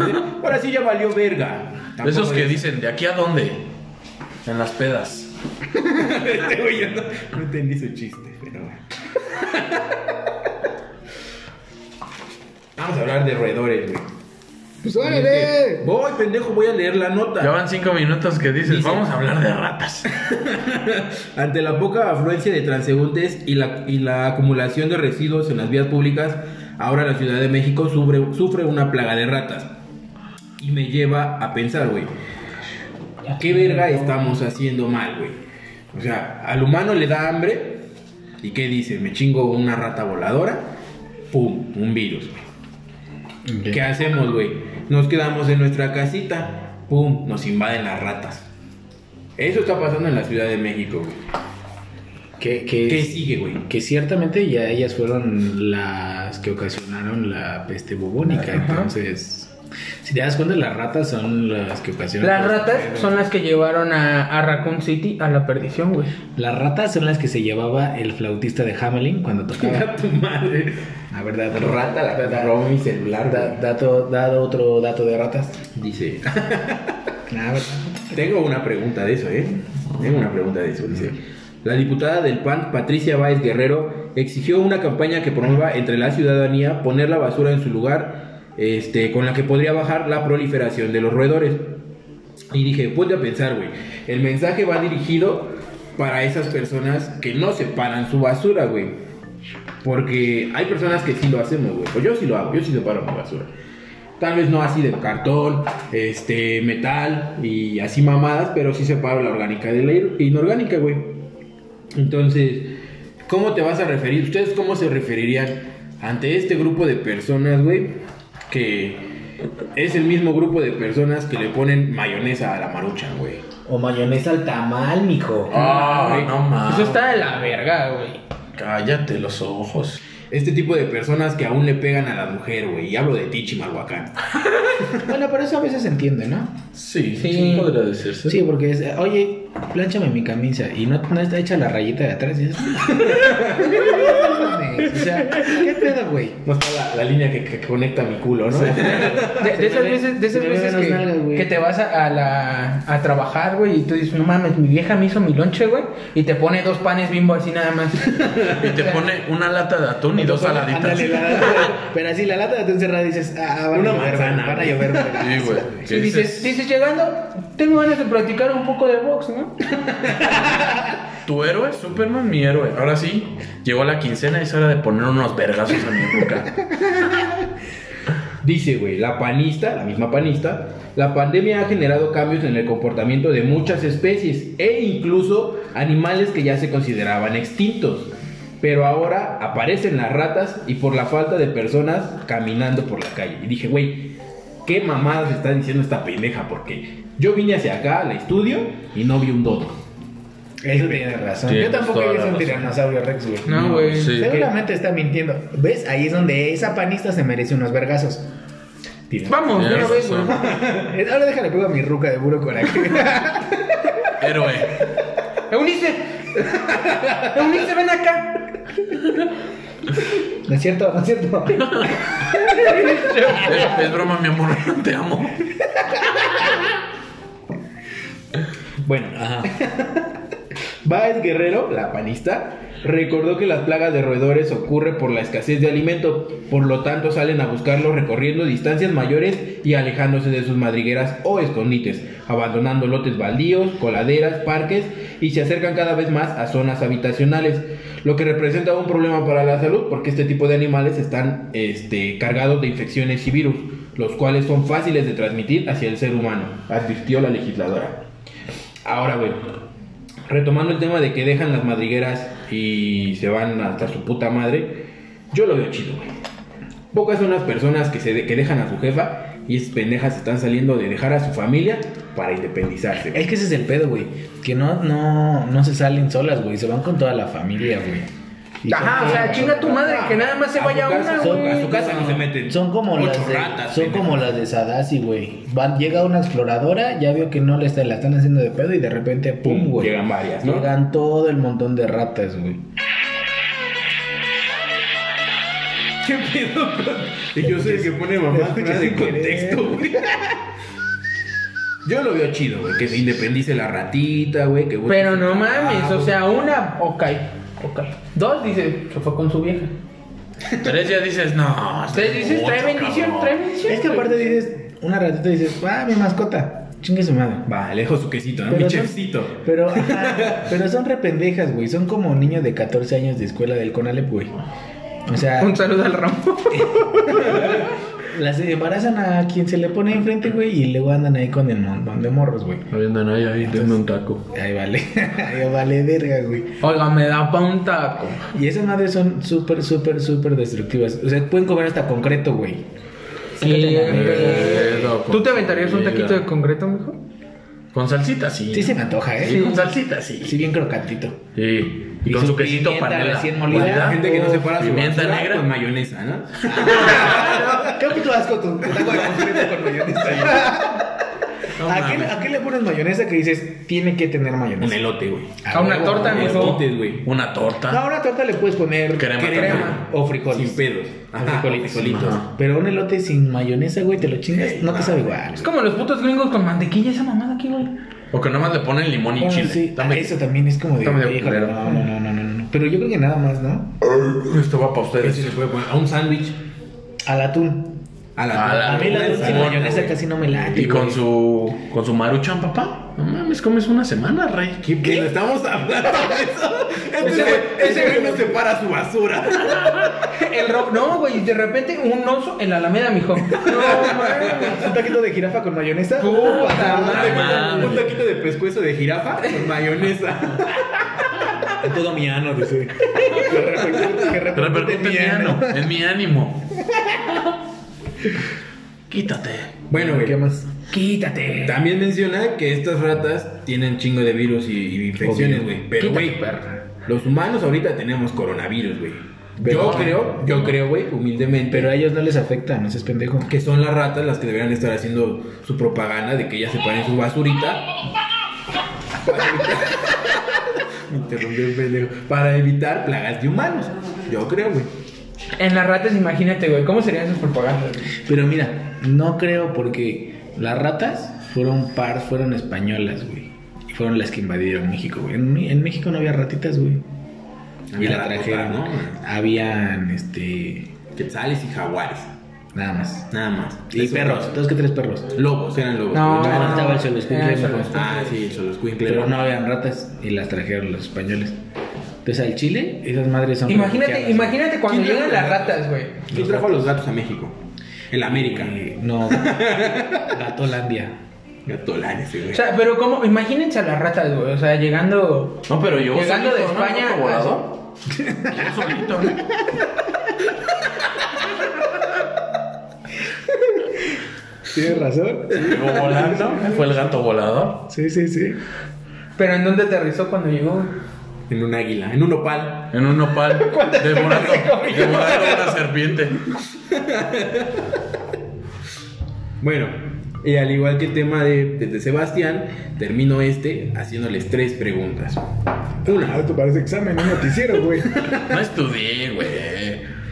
Speaker 2: Ahora sí ya valió verga.
Speaker 4: de esos
Speaker 2: Tampoco
Speaker 4: que
Speaker 2: de-
Speaker 4: dicen, ¿de aquí a dónde? En las pedas.
Speaker 2: Este güey yo no, no entendí su chiste, pero bueno. Vamos a hablar de roedores, güey. este
Speaker 6: Pues órale, ve.
Speaker 2: Voy, pendejo, voy a leer la nota.
Speaker 4: Ya van cinco minutos que dices, vamos a hablar de ratas.
Speaker 2: Ante la poca afluencia de transeúntes y la, y la acumulación de residuos en las vías públicas, ahora la Ciudad de México sufre, sufre una plaga de ratas. Y me lleva a pensar, güey, ¿qué verga estamos haciendo mal, güey? O sea, al humano le da hambre y ¿qué dice? Me chingo una rata voladora, ¡pum! Un virus, güey. ¿Qué hacemos, güey? Nos quedamos en nuestra casita, ¡pum! Nos invaden las ratas. Eso está pasando en la Ciudad de México, güey.
Speaker 5: Que, que,
Speaker 2: ¿Qué sigue, güey?
Speaker 5: que ciertamente ya ellas fueron las que ocasionaron la peste bubónica. Entonces, si te das cuenta, las ratas son las que ocasionan.
Speaker 1: Las
Speaker 5: los-
Speaker 1: ratas son las que llevaron a, a Raccoon City a la perdición, güey.
Speaker 5: Las ratas son las que se llevaba el flautista de Hamelin cuando tocaba.
Speaker 2: tu madre.
Speaker 5: La verdad,
Speaker 2: Rata la que robó mi celular.
Speaker 5: Da- dato, dado otro dato de ratas.
Speaker 2: güey. Dice.
Speaker 5: Nah, ¿verdad?
Speaker 2: Tengo una pregunta de eso, ¿eh? Tengo una pregunta de eso. Dice. La diputada del PAN, Patricia Báez Guerrero, exigió una campaña que promueva entre la ciudadanía poner la basura en su lugar, este, con la que podría bajar la proliferación de los roedores. Y dije, ponte a pensar, güey. El mensaje va dirigido para esas personas que no separan su basura, güey. Porque hay personas que sí lo hacemos, güey. Pues yo sí lo hago, yo sí separo mi basura. Tal vez no así de cartón, este, metal y así mamadas, pero sí separo la orgánica de la ir- inorgánica, güey. Entonces, ¿cómo te vas a referir? ¿Ustedes cómo se referirían ante este grupo de personas, güey? Que es el mismo grupo de personas que le ponen mayonesa a la marucha, güey.
Speaker 7: O mayonesa al tamal, mijo.
Speaker 4: Ah,
Speaker 2: güey.
Speaker 4: no mames.
Speaker 1: Eso está de la verga, güey.
Speaker 4: Cállate los ojos.
Speaker 2: Este tipo de personas que aún le pegan a la mujer, güey. Y hablo de ti, Chimalhuacán.
Speaker 5: Bueno, pero eso a veces se entiende, ¿no?
Speaker 4: Sí,
Speaker 1: Sí.
Speaker 4: sí podría decirse.
Speaker 5: Sí, porque es, oye, planchame mi camisa y no, no está hecha la rayita de atrás. y es- o sea, ¿qué pedo, güey?
Speaker 2: No está la, la línea que, que conecta mi culo, ¿no?
Speaker 1: De, de
Speaker 5: Se
Speaker 1: esas
Speaker 5: me ve-
Speaker 1: veces, de
Speaker 5: se
Speaker 1: esas
Speaker 5: me ven
Speaker 1: veces
Speaker 5: las
Speaker 1: que,
Speaker 5: nalgas, güey.
Speaker 1: que te vas a, a la, a trabajar, güey, y tú dices, no mames, mi vieja me hizo mi lonche, güey, y te pone dos panes bimbo así nada más.
Speaker 4: Y te pone una lata de atún y dos saladitas.
Speaker 5: Ándale, la lata de- pero así la lata de atún cerrada dices, ah, van
Speaker 2: Una
Speaker 5: a llover,
Speaker 2: manzana,
Speaker 5: van a
Speaker 2: güey.
Speaker 5: llover.
Speaker 4: Sí, güey.
Speaker 1: Y dices, dices llegando, tengo ganas de practicar un poco de box, ¿no?
Speaker 4: Tu héroe, Superman, mi héroe. Ahora sí, llegó la quincena y es hora de poner unos vergazos en mi boca.
Speaker 2: Dice, güey, la panista, la misma panista, la pandemia ha generado cambios en el comportamiento de muchas especies e incluso animales que ya se consideraban extintos. Pero ahora aparecen las ratas y por la falta de personas caminando por la calle. Y dije, güey, ¿qué mamadas está diciendo esta pendeja? Porque yo vine hacia acá al estudio y no vi un dodo.
Speaker 5: Eso tiene razón.
Speaker 4: Tienes
Speaker 5: Yo tampoco
Speaker 4: toda la
Speaker 5: hice un
Speaker 4: razón.
Speaker 5: tiranosaurio Rex, güey.
Speaker 1: No, güey.
Speaker 4: Sí.
Speaker 5: Seguramente está mintiendo. ¿Ves? Ahí es donde esa panista se merece unos vergazos.
Speaker 1: Vamos, de
Speaker 4: Tienes
Speaker 1: una vez, güey.
Speaker 4: razón.
Speaker 5: Eh, Ahora déjale pego a mi ruca de puro coraje.
Speaker 4: Héroe.
Speaker 1: Eunice, Eunice, ven acá.
Speaker 5: No es cierto, no es cierto.
Speaker 4: Es, es broma, mi amor. Te amo.
Speaker 2: Bueno, Baez Guerrero, la panista, recordó que las plagas de roedores ocurre por la escasez de alimento, por lo tanto salen a buscarlos recorriendo distancias mayores y alejándose de sus madrigueras o escondites, abandonando lotes baldíos, coladeras, parques y se acercan cada vez más a zonas habitacionales, lo que representa un problema para la salud porque este tipo de animales están este, cargados de infecciones y virus, los cuales son fáciles de transmitir hacia el ser humano, advirtió la legisladora. Ahora, güey, retomando el tema de que dejan las madrigueras y se van hasta su puta madre, yo lo veo chido, güey. Pocas son las personas que, se de- que dejan a su jefa y esas pendejas están saliendo de dejar a su familia para independizarse. güey.
Speaker 5: Es que ese es el pedo, güey. Que no, no, no se salen solas, güey. Se van con toda la familia, güey. Y
Speaker 1: Ajá, o sea, chinga tu madre, que nada más se
Speaker 2: A
Speaker 1: vaya
Speaker 2: su casa,
Speaker 1: una,
Speaker 2: son- A
Speaker 1: güey.
Speaker 2: su casa no se meten.
Speaker 5: Son como
Speaker 2: ocho
Speaker 5: las de,
Speaker 2: ratas,
Speaker 5: son
Speaker 2: pendejo.
Speaker 5: como las de Sadasi, güey. Van, llega una exploradora, ya vio que no le está, la están haciendo de pedo y de repente, pum,
Speaker 2: Pum,
Speaker 5: güey.
Speaker 2: llegan varias, ¿no?
Speaker 5: Llegan todo el montón de ratas, güey.
Speaker 2: ¿Qué pedo? Y yo soy el que pone mamá en contexto, güey. Yo lo veo chido, güey. Que se independice la ratita, güey. que busque
Speaker 1: Pero
Speaker 2: su
Speaker 1: no mames,
Speaker 2: trabajo.
Speaker 1: o sea, una, ok, ok. Dos, dice, se fue con su vieja.
Speaker 4: Tres ya dices, no.
Speaker 1: Tres, dices, trae bendición, trae bendición.
Speaker 5: Es que aparte
Speaker 1: güey.
Speaker 5: dices, una ratita y dices, ah, mi mascota, chingue su madre.
Speaker 2: Va, le dejo su
Speaker 4: Ah,
Speaker 2: quesito, ¿no?
Speaker 5: Pero
Speaker 2: Mi
Speaker 5: son-
Speaker 2: chefcito.
Speaker 5: Pero, ajá, pero son rependejas, güey. Son como niños de 14 años de escuela del Conalep, güey. O sea,
Speaker 1: Un saludo al Rambo.
Speaker 5: las embarazan a quien se le pone enfrente, güey, y luego andan ahí con el montón de morros, güey.
Speaker 4: Habiendo nadie ahí, denme un taco.
Speaker 5: Ahí vale, ahí vale verga, güey.
Speaker 4: Oiga, me da pa' un taco.
Speaker 5: Y esas madres son súper, súper, súper destructivas. O sea, pueden comer hasta concreto, güey.
Speaker 1: Sí,
Speaker 4: Eh, loco.
Speaker 1: ¿Tú te aventarías un taquito de concreto, mijo?
Speaker 4: Con salsita, sí.
Speaker 5: Sí se me antoja, ¿eh?
Speaker 4: Sí, con salsita, sí.
Speaker 5: Sí, bien crocantito.
Speaker 4: Sí. Y,
Speaker 5: Y
Speaker 4: con
Speaker 5: su
Speaker 4: su quesito
Speaker 5: pimienta
Speaker 4: panela.
Speaker 5: recién molida.
Speaker 2: La
Speaker 4: Guarda.
Speaker 2: gente que no separa su
Speaker 4: Pimienta
Speaker 2: basura
Speaker 4: negra.
Speaker 2: con mayonesa, ¿no?
Speaker 5: ¿Qué puto asco tu tu taco de concreto con mayonesa?
Speaker 4: No
Speaker 5: ¿A qué,
Speaker 4: mames.
Speaker 5: a qué le pones mayonesa que dices, tiene que tener
Speaker 2: Un
Speaker 5: mayonesa?
Speaker 2: elote, güey.
Speaker 1: A una
Speaker 5: huevo,
Speaker 1: torta,
Speaker 5: güey.
Speaker 1: mijo.
Speaker 2: Elotes, güey.
Speaker 4: Una
Speaker 5: No,
Speaker 4: torta.
Speaker 5: a una torta le puedes poner
Speaker 4: Crema
Speaker 5: crema
Speaker 4: también.
Speaker 5: o frijoles.
Speaker 2: Sin pedos.
Speaker 5: O
Speaker 2: Ajá,
Speaker 5: frijolitos.
Speaker 2: frijolitos.
Speaker 4: Ajá.
Speaker 5: Pero un elote sin mayonesa, güey, te lo chingas, no te
Speaker 2: no.
Speaker 5: sabe igual.
Speaker 1: Es como los putos gringos con mantequilla, esa mamada aquí, güey.
Speaker 4: O que nomás le ponen limón y
Speaker 5: Bueno,
Speaker 4: chile.
Speaker 5: sí,
Speaker 4: Dame-
Speaker 5: Eso también es como de.
Speaker 4: Está medio
Speaker 5: híjole,
Speaker 4: culero.
Speaker 5: no, no, no, no, no, no. Pero yo creo que nada más, ¿no?
Speaker 4: Esto va para
Speaker 2: ¿Qué
Speaker 4: ustedes.
Speaker 2: se le puede poner? A un sándwich.
Speaker 5: Al atún.
Speaker 2: A
Speaker 4: A la-
Speaker 5: A mí la
Speaker 4: atún
Speaker 5: atún sin
Speaker 4: no,
Speaker 5: mayonesa
Speaker 4: güey.
Speaker 5: casi no me late.
Speaker 4: Y con
Speaker 5: güey.
Speaker 4: su con su maruchan, papá. No mames, comes una semana, rey.
Speaker 2: ¿Qué? pedo? Estamos hablando de eso. Este güey- Ese güey no separa su basura.
Speaker 1: El ro- No, güey, de repente un oso en la Alameda, mijo. No, mames.
Speaker 5: Un taquito de jirafa con mayonesa.
Speaker 1: Puta madre.
Speaker 4: mames.
Speaker 2: Un taquito de pescuezo de jirafa con mayonesa.
Speaker 5: todo mi ano, dice. Que repercute- que
Speaker 4: Pero
Speaker 5: repercute en mi ano.
Speaker 4: en mi ánimo. Quítate.
Speaker 2: Bueno, güey.
Speaker 5: ¿Qué más?
Speaker 1: Quítate.
Speaker 2: También menciona que estas ratas tienen chingo de virus y, y infecciones, güey. Pero,
Speaker 1: Quítate,
Speaker 2: güey,
Speaker 1: perra.
Speaker 2: los humanos ahorita tenemos coronavirus, güey.
Speaker 5: Pero-
Speaker 2: Yo creo, yo creo, güey, humildemente,
Speaker 5: Pero a ellos no les afecta, no seas pendejo.
Speaker 2: que son las ratas las que deberían estar haciendo su propaganda de que ya separen su basurita. Para evitar- Me interrumpí un pendejo. Para evitar plagas de humanos. Yo creo, güey.
Speaker 1: En las ratas, imagínate, güey, ¿cómo serían sus propagandas?
Speaker 5: Pero mira, no creo porque las ratas fueron par, fueron españolas, güey. Y fueron las que invadieron México, güey. En, Mi- en México no había ratitas, güey. Y
Speaker 2: Había
Speaker 5: la
Speaker 2: ratotas,
Speaker 5: trajeron,
Speaker 2: ¿no?
Speaker 5: ¿no? Habían, este,
Speaker 2: Quetzales y jaguares.
Speaker 5: nada más.
Speaker 2: Nada más.
Speaker 5: Y
Speaker 2: Eso,
Speaker 5: perros, dos que tres perros.
Speaker 2: Lobos, eran lobos.
Speaker 1: No,
Speaker 2: güey.
Speaker 5: No, estaba el
Speaker 1: Ah,
Speaker 5: Xoloscuincle,
Speaker 1: el
Speaker 5: mijo.
Speaker 1: Xoloscuincle.
Speaker 2: Ah, sí, el Xoloscuincle.
Speaker 5: Pero no habían ratas y las trajeron los españoles. Entonces al Chile, esas madres son...
Speaker 1: Imagínate,
Speaker 5: refugiadas,
Speaker 1: imagínate cuando
Speaker 2: ¿Quién
Speaker 1: llegan
Speaker 2: trajo
Speaker 1: las
Speaker 2: las
Speaker 1: ratas, güey.
Speaker 2: ¿Quién trajo a los gatos a México? El América.
Speaker 5: güey. Eh, No, Gatolandia.
Speaker 2: Gatolanes, güey.
Speaker 1: O sea, pero como, imagínense a las ratas, güey, o sea, llegando...
Speaker 4: No, pero yo
Speaker 1: Llegando de
Speaker 4: solito, ¿no?
Speaker 1: España,
Speaker 4: ¿No, volador? Yo solito, ¿no?
Speaker 5: Tienes razón.
Speaker 4: Llegó volando. Fue el gato volador.
Speaker 5: Sí, sí, sí.
Speaker 1: Pero ¿en dónde aterrizó cuando llegó? güey?
Speaker 2: En un águila, en un opal.
Speaker 4: En un nopal. Devorando,
Speaker 1: se comió?
Speaker 4: devorando una serpiente.
Speaker 2: Bueno, y al igual que el tema de, de- de Sebastián, termino este haciéndoles tres preguntas. Una,
Speaker 5: Esto parece examen, un noticiero, güey.
Speaker 4: No estudié, güey.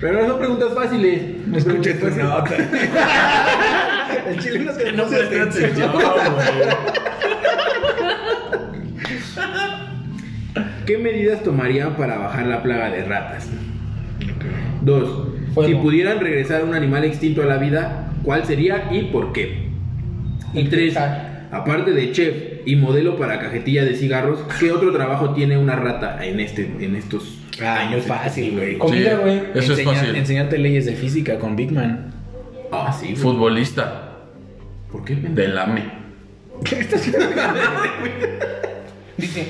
Speaker 2: pero no son preguntas fáciles.
Speaker 5: No escuché tu
Speaker 2: Preguntas
Speaker 5: nota.
Speaker 2: fáciles.
Speaker 5: El chileno
Speaker 4: Que
Speaker 5: se
Speaker 4: no presté atención, güey.
Speaker 2: ¿Qué medidas tomarían para bajar la plaga de ratas? Dos,
Speaker 1: Fuego.
Speaker 2: si pudieran regresar un animal extinto a la vida, ¿cuál sería y por qué? Y
Speaker 1: El
Speaker 2: tres,
Speaker 1: pescar.
Speaker 2: aparte de chef y modelo para cajetilla de cigarros, ¿qué otro trabajo tiene una rata en este, en estos
Speaker 5: Ah, muy fácil, güey.
Speaker 1: Comida,
Speaker 4: Sí,
Speaker 1: güey.
Speaker 4: Eso es
Speaker 5: Enseñar-
Speaker 4: fácil.
Speaker 5: Enseñarte leyes de física con Big Man.
Speaker 2: Ah, sí. güey.
Speaker 4: Futbolista
Speaker 2: ¿Por qué? pendejo?
Speaker 4: del AME.
Speaker 1: Dice,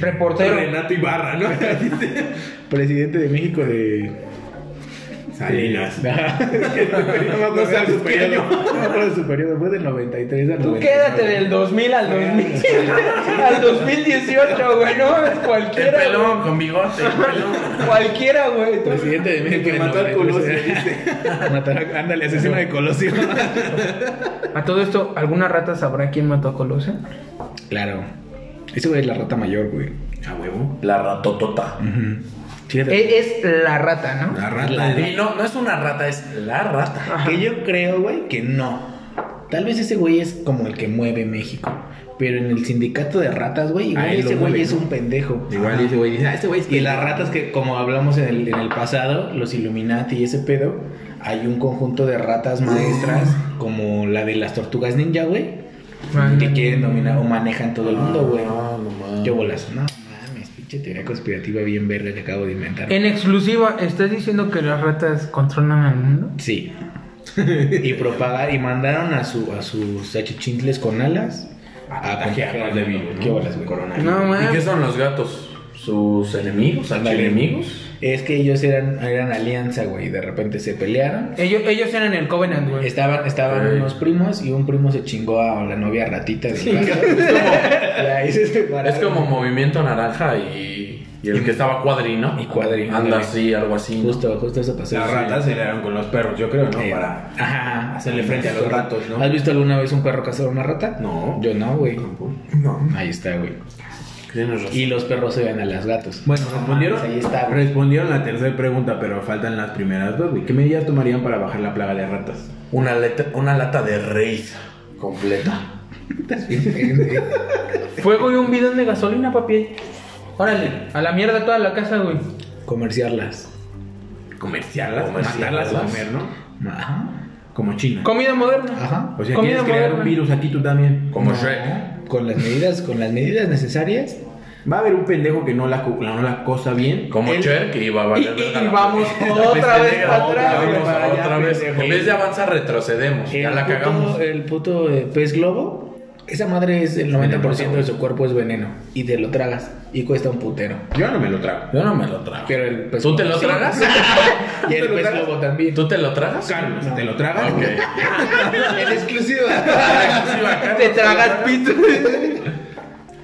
Speaker 1: reportero.
Speaker 2: Renato Ibarra, ¿no? Dice,
Speaker 5: Presidente de México de.
Speaker 2: Salinas.
Speaker 5: No,
Speaker 2: No sabes
Speaker 5: su
Speaker 2: qué
Speaker 5: periodo.
Speaker 2: año.
Speaker 5: No me acuerdo de su periodo. Fue del 93 al
Speaker 1: Tú
Speaker 5: 99.
Speaker 1: quédate del 2000 al 2000, al 2018, güey, no, es
Speaker 4: El
Speaker 1: cualquiera,
Speaker 4: pelón con bigote. El pelón.
Speaker 1: güey. cualquiera, güey. Tú-
Speaker 5: Presidente de México.
Speaker 2: El que
Speaker 5: del
Speaker 2: mató al
Speaker 5: 93.
Speaker 2: Colosio,
Speaker 5: Matar a- Ándale, asesino de Colosio.
Speaker 1: A todo esto, ¿alguna rata sabrá quién mató a Colosio?
Speaker 5: claro. Ese güey es la rata mayor, güey.
Speaker 2: A huevo.
Speaker 4: La ratotota.
Speaker 5: Ujú. Fíjate.
Speaker 1: E- Es la rata, ¿no?
Speaker 2: La rata.
Speaker 5: La
Speaker 2: de-
Speaker 4: Y no, no es una rata, es la rata.
Speaker 5: Que yo creo, güey, que no. Tal vez ese güey es como el que mueve México. Pero en el sindicato de ratas, güey, igual
Speaker 2: él lo
Speaker 5: ese güey
Speaker 2: mueve,
Speaker 5: es
Speaker 2: ¿no?
Speaker 5: un pendejo.
Speaker 2: Igual
Speaker 5: Ajá.
Speaker 2: ese güey dice, ah, ese güey es
Speaker 5: Y las
Speaker 2: pendejo.
Speaker 5: ratas que, como hablamos en el, en el pasado, los Illuminati y ese pedo, hay un conjunto de ratas maestras como la de las tortugas ninja, güey.
Speaker 1: Ah,
Speaker 5: Que
Speaker 1: no.
Speaker 5: quieren dominar o manejan todo el mundo, güey.
Speaker 2: Ah.
Speaker 4: No, no mames.
Speaker 5: Qué bolas. No mames, pinche teoría conspirativa bien verga que acabo de inventar.
Speaker 1: En exclusiva, ¿estás diciendo que las ratas controlan al mundo?
Speaker 5: Sí. y propagar y mandaron a su a sus achichintles con alas a contagiarnos de virus. Qué bolas, güey.
Speaker 1: No,
Speaker 4: ¿Y qué
Speaker 1: mames.
Speaker 4: son los gatos? ¿Sus enemigos? ¿Enemigos?
Speaker 5: Es que ellos eran eran alianza, güey, y de repente se pelearon.
Speaker 1: Ellos, ellos eran el Covenant, güey.
Speaker 5: Estaban estaban
Speaker 4: Ey.
Speaker 5: unos primos y un primo se chingó a la novia ratita del gato. Y ahí se separaron.
Speaker 4: Es como movimiento naranja y, y el que estaba cuadri, ¿no?
Speaker 5: Y Cuadri,
Speaker 4: Anda
Speaker 5: ándale.
Speaker 4: así, algo así. ¿no?
Speaker 5: justo justo eso pasó.
Speaker 2: Las
Speaker 5: Sí.
Speaker 2: ratas se aliaron con los perros, yo creo, ¿no?
Speaker 5: Eh,
Speaker 2: Para
Speaker 5: ajá,
Speaker 2: hacerle frente a los ratos, ¿no?
Speaker 5: ¿Has visto alguna vez un perro cazar a una rata?
Speaker 2: No.
Speaker 5: Yo no, güey.
Speaker 2: No.
Speaker 5: Ahí está, güey.
Speaker 4: Tienes razón.
Speaker 5: Y los perros se ven a las gatos.
Speaker 2: Bueno, respondieron,
Speaker 5: Ahí está, güey.
Speaker 2: respondieron la tercera pregunta, pero faltan las primeras dos, güey. ¿Qué medidas tomarían para bajar la plaga de ratas?
Speaker 4: Una, leta- una lata de raid completa.
Speaker 1: Fuego y un bidón de gasolina, papi. Órale, a la mierda toda la casa, güey.
Speaker 5: Comerciarlas.
Speaker 2: Comerciarlas,
Speaker 4: Comerciarlas.
Speaker 2: matarlas a comer, ¿no?
Speaker 5: Ajá.
Speaker 2: Como China.
Speaker 1: Comida moderna.
Speaker 5: Ajá. Pues,
Speaker 2: o sea,
Speaker 1: comida
Speaker 2: quieres crear un
Speaker 1: moderna.
Speaker 2: virus aquí tú también.
Speaker 4: Como
Speaker 5: No,
Speaker 4: Shrek.
Speaker 5: Con las medidas, con las medidas necesarias.
Speaker 2: Va a haber un pendejo que no la, cu- no la cosa bien.
Speaker 4: Como
Speaker 2: Él-
Speaker 4: Cher, que iba a valer.
Speaker 1: Y- y-
Speaker 4: verga la
Speaker 1: y vamos
Speaker 4: peste
Speaker 1: otra vez
Speaker 4: negra,
Speaker 1: para
Speaker 4: otra
Speaker 1: atrás,
Speaker 4: vez,
Speaker 2: güey, para
Speaker 4: otra
Speaker 2: allá,
Speaker 4: vez.
Speaker 2: pendejo.
Speaker 4: En vez de avanzar, retrocedemos. Ya
Speaker 5: El
Speaker 4: la
Speaker 5: puto-
Speaker 4: cagamos.
Speaker 5: El puto eh, pez globo. Esa madre es el 90% de su cuerpo es veneno. Y te lo tragas. Y cuesta un putero.
Speaker 2: Yo no me lo trago.
Speaker 4: Yo no me lo trago.
Speaker 5: Pero pues, el pez
Speaker 4: ¿Tú te lo tragas?
Speaker 5: Y el pez globo también.
Speaker 4: ¿Tú te lo tragas?
Speaker 2: Carlos, ¿te lo tragas?
Speaker 4: Ok.
Speaker 5: En exclusiva.
Speaker 1: Te tragas pito.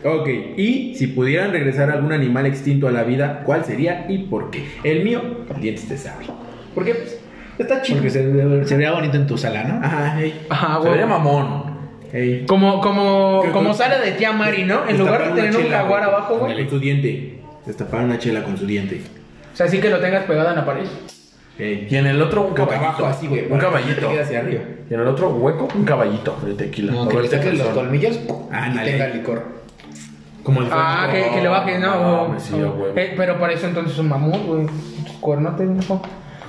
Speaker 2: Ok, y si pudieran regresar algún animal extinto a la vida, ¿cuál sería y por qué? El mío, dientes de sable. ¿Por qué? Pues, está chido.
Speaker 5: Porque se, ve- se vea bonito en tu sala, ¿no?
Speaker 2: Ajá, ey,
Speaker 1: Ajá,
Speaker 4: Se
Speaker 1: güey.
Speaker 4: veía mamón.
Speaker 2: ey.
Speaker 1: Como, como,
Speaker 2: Creo que-
Speaker 1: como Sara de tía Mari, ¿no? En lugar de
Speaker 2: Destapar
Speaker 1: tener
Speaker 2: una
Speaker 1: un
Speaker 2: chela,
Speaker 1: jaguar
Speaker 2: güey.
Speaker 1: abajo, güey.
Speaker 2: Con tu diente. Destapar una chela con su diente.
Speaker 1: O sea, así que lo tengas pegado en la pared.
Speaker 2: Ey.
Speaker 4: Y en el otro un
Speaker 2: Boca
Speaker 4: caballito.
Speaker 2: abajo, así, güey.
Speaker 4: Un
Speaker 2: para que
Speaker 4: caballito.
Speaker 2: te quede hacia arriba.
Speaker 4: Y en el otro hueco un caballito de tequila. Para
Speaker 5: No, que Ah, le
Speaker 4: verte
Speaker 5: saques los
Speaker 4: cansón.
Speaker 5: colmillos y
Speaker 2: Ándale.
Speaker 5: tenga licor.
Speaker 2: Como el
Speaker 1: Ah,
Speaker 2: Franco.
Speaker 1: que, que le bajes, no.
Speaker 4: no,
Speaker 1: güey.
Speaker 4: me sí, güey.
Speaker 1: Eh, pero para eso entonces un mamut, güey. Tus Cuernotes, mijo.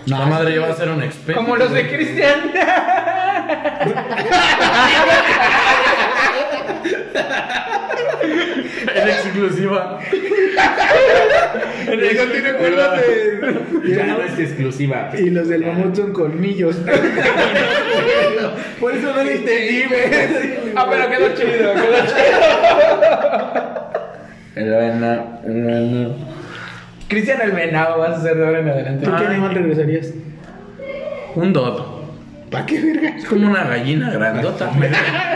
Speaker 4: La madre ya va a ser un experto.
Speaker 1: Como los de Cristian.
Speaker 4: En exclusiva.
Speaker 5: tiene cuerdas
Speaker 2: Ya no es exclusiva.
Speaker 5: Y los del mamut son colmillos.
Speaker 2: Por eso no le entendí, güey.
Speaker 1: ah, pero quedó chido, quedó chido. Cristian el venado vas a ser de ahora en adelante.
Speaker 5: ¿Tú qué animal regresarías?
Speaker 4: Un dodo.
Speaker 5: ¿Para qué verga?
Speaker 4: Es como una gallina grandota.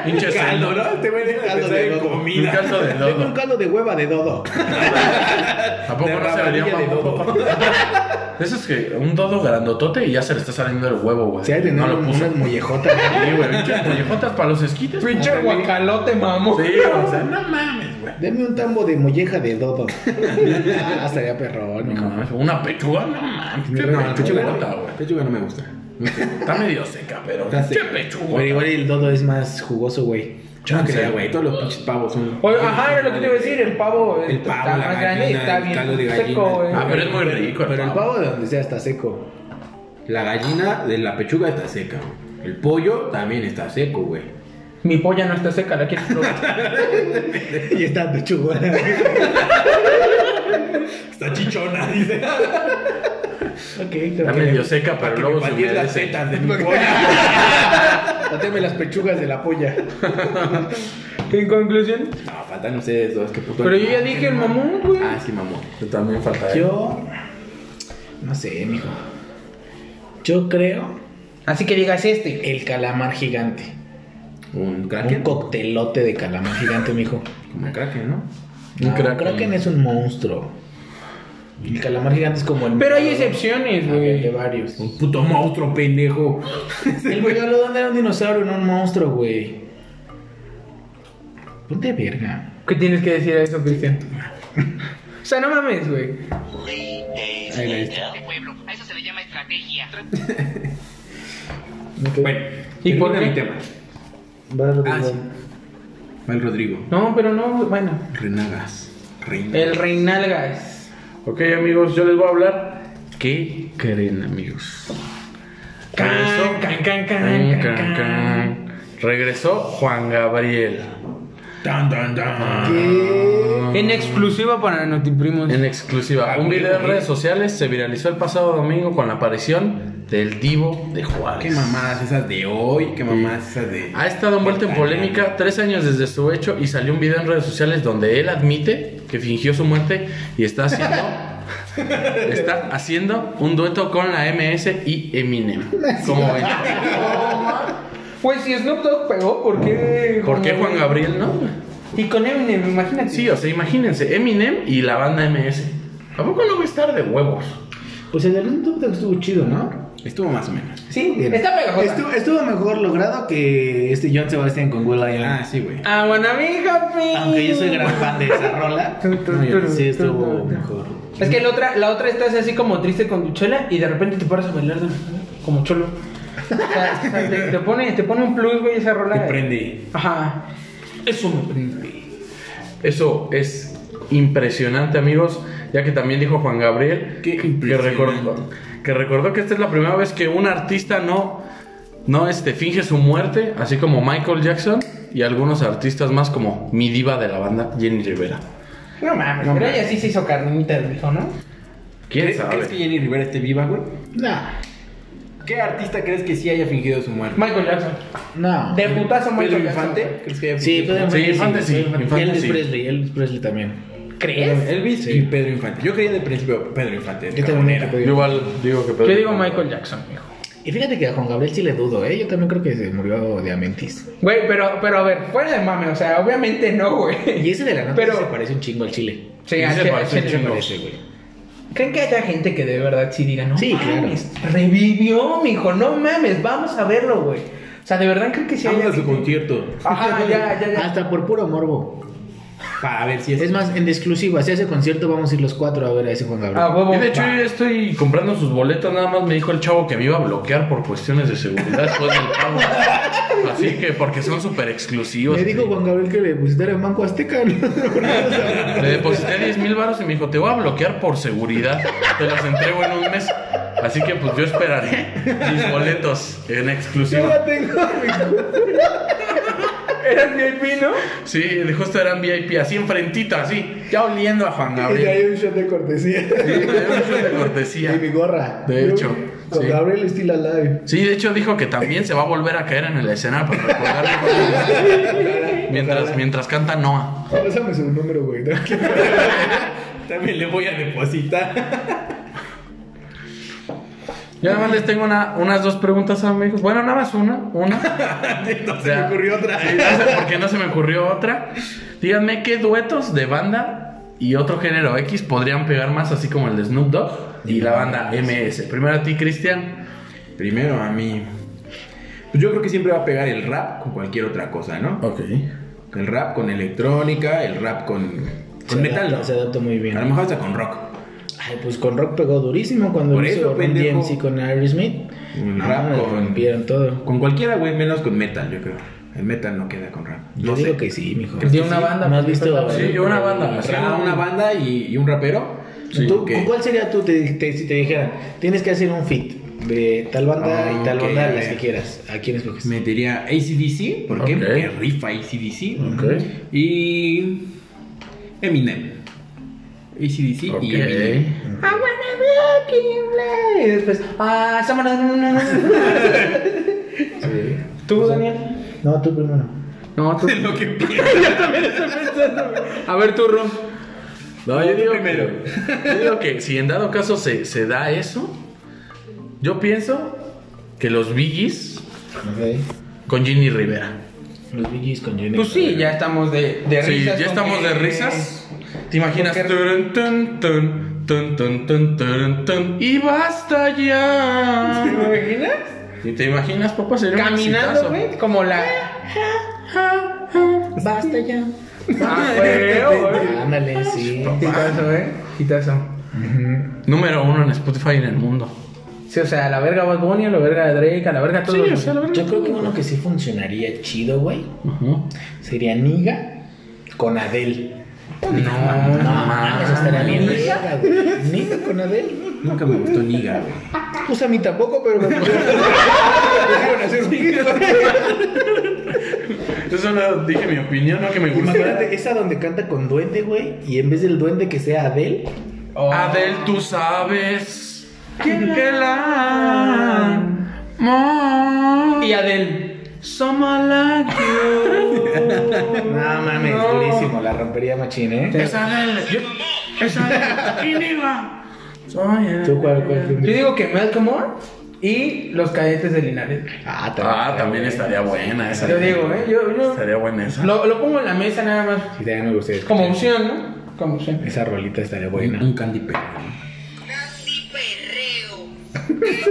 Speaker 4: Pinche
Speaker 2: Caldo,
Speaker 4: seno.
Speaker 2: ¿no? Este güey deja de
Speaker 5: Caldo
Speaker 2: pensar
Speaker 5: de
Speaker 2: en
Speaker 5: lodo.
Speaker 4: Un
Speaker 2: comida.
Speaker 4: caldo de
Speaker 5: Tengo un
Speaker 4: dodo.
Speaker 5: caldo de hueva de dodo.
Speaker 4: ¿A poco
Speaker 2: de
Speaker 4: no se vería
Speaker 2: rabadilla de
Speaker 4: mamón? Eso es que un dodo grandotote y ya se le está saliendo el huevo, güey.
Speaker 5: Se ha de tener
Speaker 4: no lo puso.
Speaker 5: unas mollejotas.
Speaker 4: Sí, güey. Pinches mollejotas para los esquites. Sí,
Speaker 1: Pinche guacalote, mamón.
Speaker 4: o sea, no mames, güey.
Speaker 5: Deme un tambo de molleja de dodo. Ah, estaría perrón.
Speaker 4: No mames, Una pechuga, no mames. Pinche
Speaker 2: No, pechuga no,
Speaker 4: grandota, güey.
Speaker 2: pechuga no me gusta.
Speaker 4: Está medio seca, pero.
Speaker 2: Está
Speaker 4: Pinche
Speaker 2: seca.
Speaker 4: pechuga.
Speaker 5: Pero igual el dodo es más jugoso, güey.
Speaker 2: No creo, güey. Todos los pinches pavos son.
Speaker 1: Oye, ajá, era lo que te iba a decir. El pavo,
Speaker 2: El pavo,
Speaker 1: está
Speaker 2: la
Speaker 1: más grande y
Speaker 2: gallina,
Speaker 1: está
Speaker 2: el caldo de
Speaker 1: bien
Speaker 2: gallina.
Speaker 1: seco, güey.
Speaker 4: Ah, pero es muy rico.
Speaker 5: Pero el pavo de donde sea está seco.
Speaker 2: La gallina de la pechuga está seca, güey. El pollo también está seco, güey.
Speaker 1: Mi polla no está seca, la quieres probar.
Speaker 5: Y está pechugona.
Speaker 2: Está chichona, dice.
Speaker 5: Ok, te
Speaker 4: Está
Speaker 5: voy a-
Speaker 4: medio seca,
Speaker 2: Ah,
Speaker 4: pero luego se
Speaker 2: Partir las
Speaker 4: humedece.
Speaker 2: tetas de mi pollo.
Speaker 5: Dáteme las pechugas de la polla.
Speaker 1: en conclusión.
Speaker 2: No, faltan ustedes dos, qué puto.
Speaker 1: Pero yo ya dije el mamón, güey.
Speaker 2: Ah, sí, mamón.
Speaker 4: También falta.
Speaker 5: Yo. No sé, mijo. Yo creo
Speaker 1: Así que digas este.
Speaker 5: el calamar gigante.
Speaker 2: Un
Speaker 5: Un
Speaker 2: kraken.
Speaker 5: coctelote de calamar gigante, mijo.
Speaker 2: Como el kraken, ¿no?
Speaker 4: Un
Speaker 5: No,
Speaker 4: kraken.
Speaker 5: Kraken es un monstruo. El calamar gigante es como el.
Speaker 1: Pero hay
Speaker 5: megalodón.
Speaker 1: excepciones,
Speaker 5: Había de
Speaker 1: güey.
Speaker 5: varios.
Speaker 2: Un puto monstruo, pendejo.
Speaker 5: El megalodón era un dinosaurio, no un monstruo, güey. Ponte verga.
Speaker 1: ¿Qué tienes que decir a eso, Cristian? O sea, no mames, güey.
Speaker 5: Ahí la viste.
Speaker 8: de pueblo. A eso se le llama estrategia.
Speaker 2: Bueno,
Speaker 1: ¿Y por
Speaker 2: termina
Speaker 1: qué?
Speaker 2: mi tema.
Speaker 5: Ah, sí.
Speaker 2: Va el Rodrigo.
Speaker 1: No, pero no, bueno.
Speaker 2: Renagas. Reina.
Speaker 1: El Reinalgas.
Speaker 4: Ok, amigos, yo les voy a hablar. ¿Qué creen, amigos? Regresó,
Speaker 5: Can, can, can,
Speaker 4: Can,
Speaker 5: can,
Speaker 4: can, can. Regresó Juan Gabriel.
Speaker 5: Tan, tan, tan.
Speaker 1: En exclusiva para Notiprimos.
Speaker 4: En exclusiva. Un video en redes sociales se viralizó el pasado domingo con la aparición del Divo de Juárez.
Speaker 2: Qué mamadas esas de hoy, qué mamadas esas de.
Speaker 4: Ha estado envuelto en polémica tres años desde su hecho y salió un video en redes sociales donde él admite que fingió su muerte y está haciendo, está haciendo un dueto con la MS y Eminem. ¿Cómo ven?
Speaker 1: Pues si Snoop Dogg pegó, ¿por qué?
Speaker 4: ¿Por qué Juan Gabriel no?
Speaker 1: Y con Eminem, imagínate.
Speaker 4: Sí, o sea, imagínense, Eminem y la banda MS. ¿A poco no va a estar de huevos?
Speaker 5: Pues el de Alonso Dubdog estuvo chido, ¿no?
Speaker 2: Estuvo más o menos.
Speaker 1: Sí, está pegajosa.
Speaker 5: Estuvo, estuvo mejor logrado que este John Sebastian con Will I Am.
Speaker 2: Ah, sí, güey.
Speaker 1: I wanna be happy.
Speaker 5: Aunque yo soy gran fan de esa rola.
Speaker 1: Tu, tu, tu,
Speaker 5: Sí,
Speaker 1: tu,
Speaker 5: estuvo
Speaker 1: tu.
Speaker 5: mejor.
Speaker 1: Es que la otra, la otra estás así como triste con tu chela y de repente te paras a bailar de- como cholo. O sea, o sea, te, te pone, te pone un plus, güey, esa rola.
Speaker 2: Te prende.
Speaker 1: Ajá. Eso me prende.
Speaker 4: Eso es impresionante, amigos, ya que también dijo Juan Gabriel
Speaker 2: Qué
Speaker 4: que
Speaker 2: impresionante.
Speaker 4: recordó que recordó que esta es la primera vez que un artista no no este finge su muerte, así como Michael Jackson y algunos artistas más como mi diva de la banda Jenny Rivera.
Speaker 1: No mames, pero ella sí se hizo carnita, dijo, ¿no?
Speaker 4: ¿Quién
Speaker 2: ¿Crees,
Speaker 4: sabe?
Speaker 2: crees que Jenny Rivera esté viva, güey?
Speaker 5: Nah.
Speaker 2: ¿Qué artista crees que sí haya fingido su muerte?
Speaker 1: Michael Jackson.
Speaker 5: No.
Speaker 1: De putazo
Speaker 2: ¿Pedro
Speaker 1: Michael Jackson.
Speaker 2: Infante? ¿Crees que haya
Speaker 5: Sí,
Speaker 2: fingido?
Speaker 5: Pedro
Speaker 4: Sí,
Speaker 5: Infante
Speaker 4: Infante sí,
Speaker 5: Pedro Infante.
Speaker 4: Infante
Speaker 5: Y Elvis
Speaker 4: sí.
Speaker 5: Presley, Elvis Presley también.
Speaker 1: ¿Crees?
Speaker 2: Elvis y Pedro Infante. Yo creía de principio Pedro Infante.
Speaker 5: Yo también
Speaker 2: Cabrera.
Speaker 5: creo que
Speaker 4: Yo igual digo que Pedro.
Speaker 1: Yo digo Michael Jackson, hijo.
Speaker 5: Y fíjate que a Juan Gabriel sí le dudo, ¿eh? Yo también creo que se murió de Amentis.
Speaker 1: Güey, pero, pero a ver, fuera de mame, o sea, obviamente no, güey.
Speaker 5: Y ese de la nota
Speaker 1: Pero-
Speaker 5: sí se parece un chingo al chile.
Speaker 1: Sí,
Speaker 4: Y
Speaker 1: a-
Speaker 4: se
Speaker 1: a-
Speaker 4: parece
Speaker 1: a-
Speaker 5: Se
Speaker 4: chingo.
Speaker 5: parece, güey.
Speaker 1: ¿Creen que haya gente que de verdad sí diga, no
Speaker 5: Sí, claro.
Speaker 1: mames, revivió, mijo, no mames, vamos a verlo, güey? O sea, ¿de verdad creen que sí
Speaker 2: Vamos
Speaker 1: haya
Speaker 2: a su
Speaker 1: gente?
Speaker 2: concierto.
Speaker 1: Ajá, ya, ya, ya.
Speaker 5: Hasta por puro morbo.
Speaker 2: Para ver si es.
Speaker 5: Es más, en exclusiva, si hace concierto vamos a ir los cuatro a ver a ese Juan Gabriel.
Speaker 1: A huevo.
Speaker 4: Y de hecho yo ya estoy comprando sus boletos, nada más me dijo el chavo que me iba a bloquear por cuestiones de seguridad después del pago. Así que porque son súper exclusivos.
Speaker 5: Le dijo Juan Gabriel que le pusitara en Banco Azteca. ¿no?
Speaker 4: Le deposité 10 mil baros y me dijo, te voy a bloquear por seguridad. Te los entrego en un mes. Así que pues yo esperaré mis boletos en exclusiva.
Speaker 1: Eran VIP, ¿no?
Speaker 4: Sí, dijo, esto eran VIP, así enfrentita, así. Ya oliendo a Juan Gabriel.
Speaker 5: un shot de cortesía.
Speaker 4: Sí, era un show de cortesía.
Speaker 5: gorra.
Speaker 4: De hecho, sí.
Speaker 5: Gabriel estila live.
Speaker 4: Sí, de hecho dijo que también se va a volver a caer en el escenario para recordarlo. mientras, mientras canta Noah.
Speaker 5: Pásame su número, güey.
Speaker 2: También le voy a depositar.
Speaker 4: Yo nada más les tengo una- unas dos preguntas, amigos. Bueno, nada más una, una.
Speaker 2: no se
Speaker 4: Ya.
Speaker 2: me ocurrió otra.
Speaker 4: Sí, no sé por qué no se me ocurrió otra. Díganme qué duetos de banda y otro género X podrían pegar más, así como el de Snoop Dogg y la banda MS. Primero a ti, Cristian.
Speaker 2: Primero a mí. Pues yo creo que siempre va a pegar el rap con cualquier otra cosa, ¿no?
Speaker 4: Ok.
Speaker 2: El rap con electrónica, el rap con, con metal. ¿no?
Speaker 5: Se adapta muy
Speaker 2: A lo
Speaker 5: bien.
Speaker 2: mejor hasta con rock.
Speaker 5: Ay, pues con rock pegó durísimo cuando
Speaker 2: Por
Speaker 5: lo
Speaker 2: eso,
Speaker 5: hizo con
Speaker 2: pendejo.
Speaker 5: DMC con Aerosmith.
Speaker 2: Un
Speaker 5: Ah,
Speaker 2: rap
Speaker 5: me
Speaker 2: con-
Speaker 5: rompieron todo.
Speaker 2: Con cualquiera, güey, menos con metal, yo creo. El metal no queda con rap.
Speaker 5: Yo
Speaker 2: No
Speaker 5: digo
Speaker 2: sé.
Speaker 5: que sí, mijo.
Speaker 1: De una banda,
Speaker 5: ¿No has
Speaker 1: pues,
Speaker 5: visto?
Speaker 1: está-
Speaker 4: Sí, una banda.
Speaker 2: O sea, Ah, una banda y, y un rapero.
Speaker 5: Sí. ¿Tú,
Speaker 2: que-
Speaker 5: ¿Cuál sería tú te- te- si te dijeran, tienes que hacer un fit de tal banda y tal
Speaker 2: Ok,
Speaker 5: banda,
Speaker 2: a
Speaker 5: las
Speaker 2: ver.
Speaker 5: que quieras? ¿A quién escoges?
Speaker 2: Metería ACDC. ¿Por qué?
Speaker 4: Ok.
Speaker 2: Porque rifa ACDC.
Speaker 4: Ok.
Speaker 2: Y. Eminem. ACDC y Eminem.
Speaker 1: I wanna be king, güey. Y después, ah, someone- ¿Tú, Daniel?
Speaker 5: No, tú primero.
Speaker 1: No, tú.
Speaker 2: Lo que
Speaker 1: A ver, tú, Ron.
Speaker 4: No, yo digo, Que, yo digo que si en dado caso se, se da eso, yo pienso que los Biggies con Ginny Rivera.
Speaker 5: Los BGs con Jenny.
Speaker 1: Pues sí, ya estamos de, de
Speaker 4: Sí,
Speaker 1: risas.
Speaker 4: ya
Speaker 1: con
Speaker 4: estamos
Speaker 1: que-
Speaker 4: de risas. ¿Te imaginas?
Speaker 1: Porque-
Speaker 4: Turun, tun, tun, tun, tun, tun, tun, tun, y basta ya.
Speaker 1: ¿Te imaginas?
Speaker 4: ¿Y te imaginas, papá? Sería un
Speaker 1: Caminando,
Speaker 4: exitazo.
Speaker 1: güey, como la.
Speaker 5: Basta ya.
Speaker 1: Ah, güey, güey.
Speaker 5: Ándale, sí.
Speaker 1: Hitazo, eh. Hitazo.
Speaker 4: Número uno en Spotify en el mundo.
Speaker 1: Sí, o sea, a la verga Bad Bunny, a la verga Drake, a la verga todo.
Speaker 5: Yo creo que uno que sí funcionaría chido, güey, sería Niga con Adele.
Speaker 1: No,
Speaker 5: Ah. No, mames, estaría bien.
Speaker 1: Niga.
Speaker 5: verga, güey. Niga con Adele.
Speaker 2: Nunca me gustó Niga, güey.
Speaker 5: Pues a mí tampoco, pero me
Speaker 4: Yo solo dije mi opinión, no que me gusta.
Speaker 5: Imagínate, esa donde canta con duende, güey, y en vez del duende que sea Adele.
Speaker 4: Adel, tú sabes que la amó.
Speaker 1: Y Adel.
Speaker 4: Someone like you.
Speaker 5: No mames,
Speaker 1: No.
Speaker 5: durísimo, la rompería machín, ¿eh?
Speaker 4: Es Adel. Yo, es Adel. ¿Quién iba? Soy Adele.
Speaker 5: ¿Tú cuál, cuál
Speaker 1: Yo
Speaker 5: prefieres?
Speaker 1: digo que Malcolm Moore y los cadetes de Linares.
Speaker 5: Ah,
Speaker 4: Ah, también estaría buena esa.
Speaker 1: Yo digo, ¿eh? Yo, yo-
Speaker 4: Estaría buena esa.
Speaker 1: lo, lo pongo en la mesa nada más.
Speaker 5: Sí, también me gustaría escuchar.
Speaker 1: Como opción, ¿no? Como opción.
Speaker 5: Esa rolita estaría buena.
Speaker 2: Un candy perro.
Speaker 8: Candy perreo.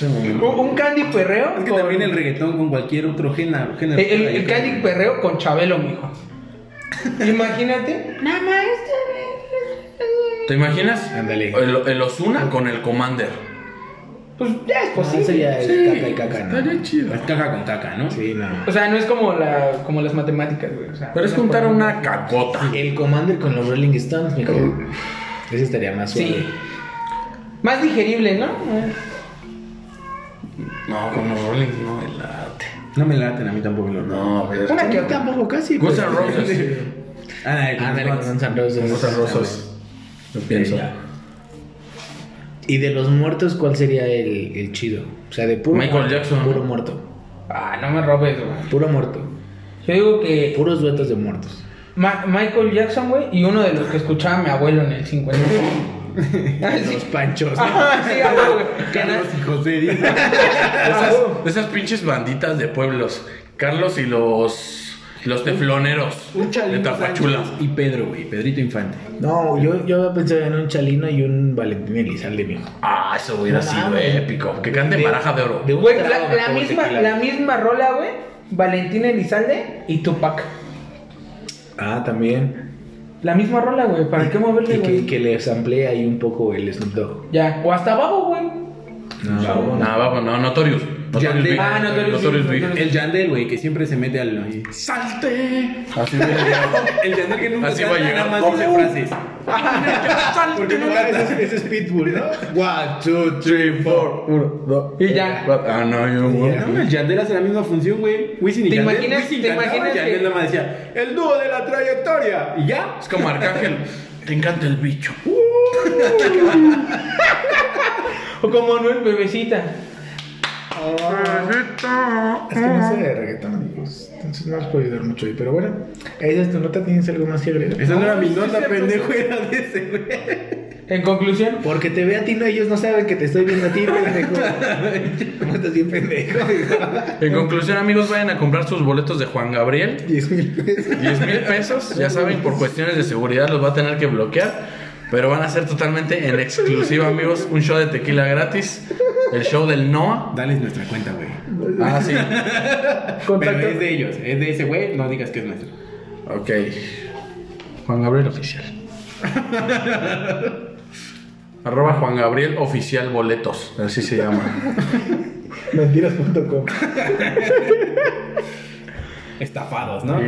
Speaker 1: Un, un candy perreo.
Speaker 2: Es que
Speaker 1: con-
Speaker 2: también el reggaetón con cualquier otro género. género
Speaker 1: el, el-
Speaker 2: Ahí
Speaker 1: el
Speaker 2: está.
Speaker 1: candy perreo con Chabelo, mijo. Imagínate.
Speaker 4: ¿Te imaginas? Eh,
Speaker 5: Ándale.
Speaker 4: El, el Osuna con el Commander.
Speaker 1: Pues ya es
Speaker 5: Ah,
Speaker 1: posible.
Speaker 5: sería el caca y caca,
Speaker 4: Estaría
Speaker 5: ¿no?
Speaker 4: chido.
Speaker 2: Es caca con caca, ¿no?
Speaker 5: Sí, no.
Speaker 1: O sea, no es como, la, como las matemáticas, güey. o sea,
Speaker 4: Pero es
Speaker 1: no
Speaker 4: juntar
Speaker 1: por-
Speaker 4: una cacota.
Speaker 5: El Commander con los Rolling Stones, mi cabrón. Ese estaría más suave.
Speaker 1: Sí. Más digerible, ¿no?
Speaker 4: No, con los Rolling no me late.
Speaker 2: No me laten, a mí tampoco me lo
Speaker 4: No, pero.
Speaker 1: Una que
Speaker 5: Yo
Speaker 1: otra.
Speaker 5: tampoco casi.
Speaker 4: Guns
Speaker 5: pues.
Speaker 4: N' Roses.
Speaker 2: Ándale, con
Speaker 5: Ándale, con
Speaker 2: los
Speaker 5: Guns N' Roses.
Speaker 4: Guns N' Roses. Yo pienso.
Speaker 2: ya.
Speaker 5: ¿Y de los muertos cuál sería el, el chido? O sea, de puro
Speaker 4: Michael
Speaker 5: muerto,
Speaker 4: Jackson,
Speaker 5: Puro
Speaker 4: ¿no?
Speaker 5: muerto.
Speaker 1: Ah, no me robes, güey.
Speaker 5: Puro muerto.
Speaker 1: Yo digo que
Speaker 5: Puros duetos de muertos.
Speaker 1: Ma- Michael Jackson, güey, y uno de los que escuchaba a mi abuelo en el 50. Ah, sí.
Speaker 5: Los panchos.
Speaker 1: Ah, sí, ah, güey. Que na-
Speaker 2: Carlos y José Díaz.
Speaker 4: Esas, esas pinches banditas de pueblos. Carlos y los. Los tefloneros.
Speaker 2: Un
Speaker 4: De
Speaker 2: chalino
Speaker 4: Tapachula.
Speaker 2: Sánchez Y Pedro, güey. Pedrito Infante.
Speaker 5: No, yo, yo había pensado en un Chalino y un Valentín Elizalde, mijo.
Speaker 4: Ah, eso hubiera
Speaker 5: No
Speaker 4: sido
Speaker 5: mames.
Speaker 4: épico. Que cante baraja de oro.
Speaker 5: De un
Speaker 1: Güey,
Speaker 5: trago
Speaker 1: la,
Speaker 5: me
Speaker 1: la
Speaker 5: acabo el
Speaker 1: misma,
Speaker 5: tequila.
Speaker 1: la misma rola, güey. Valentín Elizalde y Tupac.
Speaker 5: Ah, también.
Speaker 1: La misma rola, güey. ¿Para qué moverle,
Speaker 5: Y que,
Speaker 1: güey?
Speaker 5: que le samplea ahí un poco el Snoop Dogg.
Speaker 1: Ya. O hasta Babo, güey.
Speaker 5: No, no.
Speaker 4: No, vamos, no, Notorious. Notorious
Speaker 2: Yandel.
Speaker 4: Big.
Speaker 1: Ah, Notorious Big,
Speaker 4: Big.
Speaker 1: Notorious
Speaker 2: El Yandel, güey, que siempre se mete al.
Speaker 4: ¡Salte! Así hubiera llegado.
Speaker 2: El Yandel que nunca
Speaker 4: Así va a
Speaker 2: canta,
Speaker 4: llegar.
Speaker 2: nada más dice frases.
Speaker 1: Ah,
Speaker 5: Porque no ese, ese es Pitbull, ¿no?
Speaker 4: One, two, three, four. Uno, dos.
Speaker 1: Y ya.
Speaker 4: cuatro. Ah, no, yo, güey.
Speaker 2: No, el Yandel hace la misma función, güey. Wisin y
Speaker 1: ¿Te
Speaker 2: Yandel.
Speaker 1: imaginas-
Speaker 2: Wisin
Speaker 1: te
Speaker 2: cantaba,
Speaker 1: imaginas que-
Speaker 2: Yandel nada más decía, el dúo de la trayectoria. Y ya.
Speaker 4: Es como Arcángel. Te encanta el bicho.
Speaker 1: O como Manuel Bebecita.
Speaker 5: Es que
Speaker 1: Ah.
Speaker 5: no sé de reggaetón, pues, entonces no has podido ver mucho ahí. Pero bueno, esa es tu nota, tienes algo más que agregar.
Speaker 2: Esa no era mi nota, pendejo, era de ese, güey.
Speaker 1: En conclusión,
Speaker 5: Porque te ve a ti, no, ellos no saben que te estoy viendo a ti, pendejo. ¿Cómo estás bien pendejo?
Speaker 4: En conclusión, amigos, vayan a comprar sus boletos de Juan Gabriel.
Speaker 5: 10 mil pesos.
Speaker 4: 10 mil pesos, ya saben, por cuestiones de seguridad los va a tener que bloquear. Pero van a ser totalmente en exclusiva, amigos. Un show de tequila gratis. El show del Noah.
Speaker 2: Dales nuestra cuenta, güey.
Speaker 4: Ah, sí.
Speaker 2: Pero
Speaker 1: contacto.
Speaker 2: es de ellos, es de ese güey, no digas que es nuestro.
Speaker 4: Ok. Juan Gabriel Oficial. Arroba Juan Gabriel Oficial Boletos. Así se llama.
Speaker 5: Mentiras.com.
Speaker 2: Estafados, ¿no?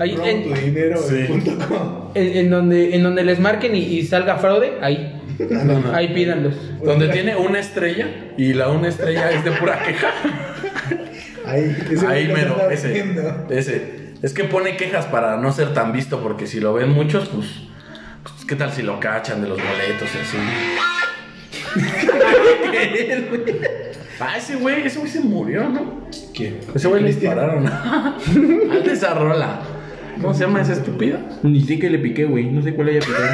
Speaker 1: Ahí,
Speaker 5: Robo
Speaker 1: en,
Speaker 5: tu dinero.
Speaker 4: Sí.
Speaker 5: punto com.
Speaker 1: en- en donde, en donde les marquen y, y salga fraude, ahí. Ahí pídanlos.
Speaker 4: Donde tiene una estrella y la una estrella es de pura queja.
Speaker 5: Ahí, ese
Speaker 4: Ahí
Speaker 5: me
Speaker 4: mero, ese, ese. Es que pone quejas para no ser tan visto, porque si lo ven muchos, pues, pues, ¿qué tal si lo cachan de los boletos y así? ah, ese güey, ese güey se murió, ¿no?
Speaker 5: ¿Quién?
Speaker 4: Ese güey le dispararon. Alta esa rola. ¿Cómo se llama ese estúpido?
Speaker 2: Ni sé que le piqué, güey. No sé cuál haya picado.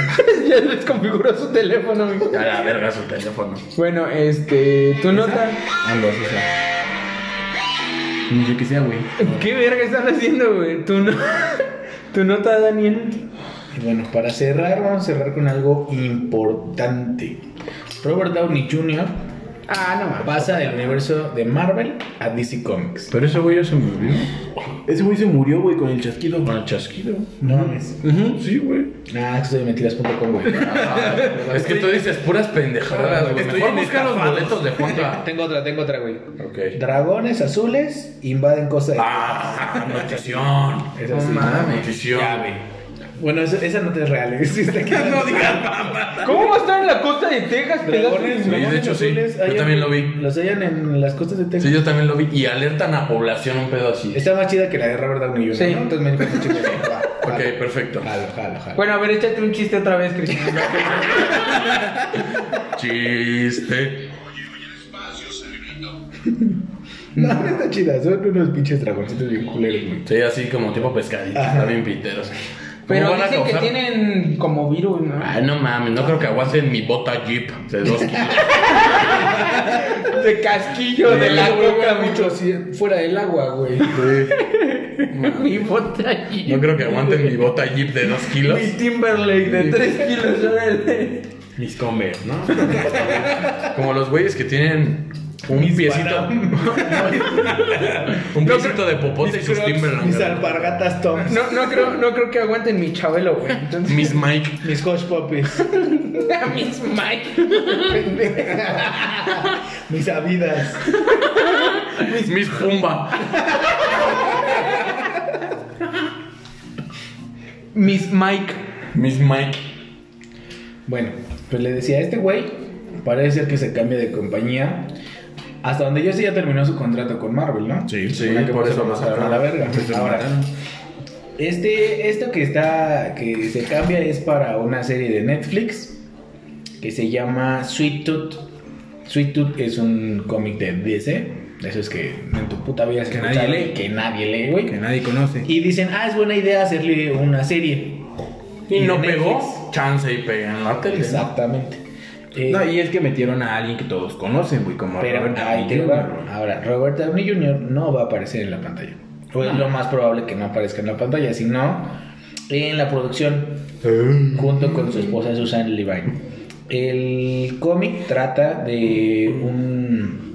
Speaker 1: ya les configuró su teléfono, mijo.
Speaker 4: A la verga su teléfono. Ah,
Speaker 1: Bueno, este, tu nota.
Speaker 2: Ambos, o sea. Ni sé que sea, güey.
Speaker 1: ¿Qué verga están haciendo, güey? Tu, no- tu nota, Daniel.
Speaker 5: Y bueno, para cerrar, vamos a cerrar con algo importante. Robert Downey Jr.
Speaker 1: Ah, no mames.
Speaker 5: pasa del universo de Marvel a DC Comics.
Speaker 4: Pero ese güey ya se murió.
Speaker 2: Ese güey se murió, güey, con el chasquido.
Speaker 4: Con el chasquido.
Speaker 5: No mames.
Speaker 4: Sí, güey.
Speaker 5: Ah, que soy de mentiras.com, güey.
Speaker 4: Ah, es que tú dices puras pendejadas, güey.
Speaker 2: Estoy
Speaker 4: Mejor
Speaker 2: en
Speaker 4: busca los
Speaker 2: estafados.
Speaker 4: boletos de Juan Gabriel.
Speaker 5: tengo otra, tengo otra, güey.
Speaker 4: Ok.
Speaker 5: Dragones azules invaden cosas.
Speaker 4: Ah, notición.
Speaker 5: Esa sí.
Speaker 4: mames. Notición.
Speaker 5: Ya, güey. Bueno, eso- esa nota es real. ¿eh? Sí, está aquí.
Speaker 2: No digas mamá.
Speaker 9: ¿Cómo va a estar en la costa de Texas? pedazo de-
Speaker 5: Dragones,
Speaker 4: Sí, de
Speaker 5: dragones
Speaker 4: hecho, sí.
Speaker 5: azules
Speaker 4: Yo
Speaker 5: hayan-
Speaker 4: también lo vi.
Speaker 5: Los hallan en las costas de Texas.
Speaker 4: Sí, yo también lo vi. Y alertan a población un pedo así.
Speaker 5: Está más chida que la de Robert Downey Jr.
Speaker 9: Sí.
Speaker 5: ¿no? Entonces me dijo, chico, va,
Speaker 4: Ok,
Speaker 5: jalo,
Speaker 4: perfecto.
Speaker 5: Jalo, jalo, jalo.
Speaker 9: Bueno, a ver, échate un chiste otra vez, Cristian.
Speaker 4: Chiste.
Speaker 5: No, no está chida. Son unos pinches dragoncitos bien culeros, güey.
Speaker 4: Sí, así como tipo pescadito. Está bien piteros.
Speaker 9: Pero
Speaker 4: ¿Cómo van a
Speaker 9: dicen que
Speaker 4: causar-
Speaker 9: tienen como virus, ¿no?
Speaker 4: Ay, no mames, no creo que aguanten mi bota Jeep de dos kilos.
Speaker 9: De casquillo, de la coca, mucho.
Speaker 1: fuera del agua, güey.
Speaker 9: Mi bota allí.
Speaker 4: No creo que aguanten mi bota Jeep de dos kilos.
Speaker 9: Mi Timberlake de 3 kilos, órale.
Speaker 4: Mis Converse, ¿no? Como los güeyes que tienen un piecito. un piecito de popote y sus
Speaker 5: Mis
Speaker 4: Timberland.
Speaker 5: alpargatas Toms.
Speaker 9: No, no, creo, no creo que aguanten mi chabelo, güey. Entonces,
Speaker 4: Mis Mike.
Speaker 5: Mis Hush Puppies.
Speaker 9: a mis Mike.
Speaker 5: mis Avidas.
Speaker 4: Mis Pumba.
Speaker 9: Mis Mike.
Speaker 4: Mis Mike.
Speaker 5: Bueno, pues le decía, este güey parece ser que se cambie de compañía. Hasta donde yo sé ya terminó su contrato con Marvel, ¿no?
Speaker 4: Sí, sí,
Speaker 5: Una que
Speaker 4: por eso
Speaker 5: se
Speaker 4: lo
Speaker 5: pasaron a
Speaker 4: sacaron.
Speaker 5: la verga.
Speaker 4: Entonces,
Speaker 5: Ahora, este, esto que está, que se cambia es para una serie de Netflix que se llama Sweet Tooth. Sweet Tooth es un cómic de DC. de Eso es que en tu puta vida has
Speaker 2: Que nadie
Speaker 5: escuchado,
Speaker 2: lee.
Speaker 5: Que nadie lee, güey.
Speaker 2: Que nadie conoce.
Speaker 5: Y dicen, ah, es buena idea hacerle una serie.
Speaker 4: Y no
Speaker 5: de Netflix.
Speaker 4: pegó. Chance y pega en la tele. ¿no?
Speaker 5: Exactamente. Eh,
Speaker 2: No, y es que metieron a alguien que todos conocen, güey, como a
Speaker 5: Pero
Speaker 2: Robert Downey
Speaker 5: ahí te
Speaker 2: Jr.,
Speaker 5: va.
Speaker 2: güey.
Speaker 5: Ahora, Robert Downey Jr. no va a aparecer en la pantalla. O es lo más probable que no aparezca en la pantalla, sino en la producción,
Speaker 2: Eh.
Speaker 5: junto con su esposa Susan Levine. El cómic trata de un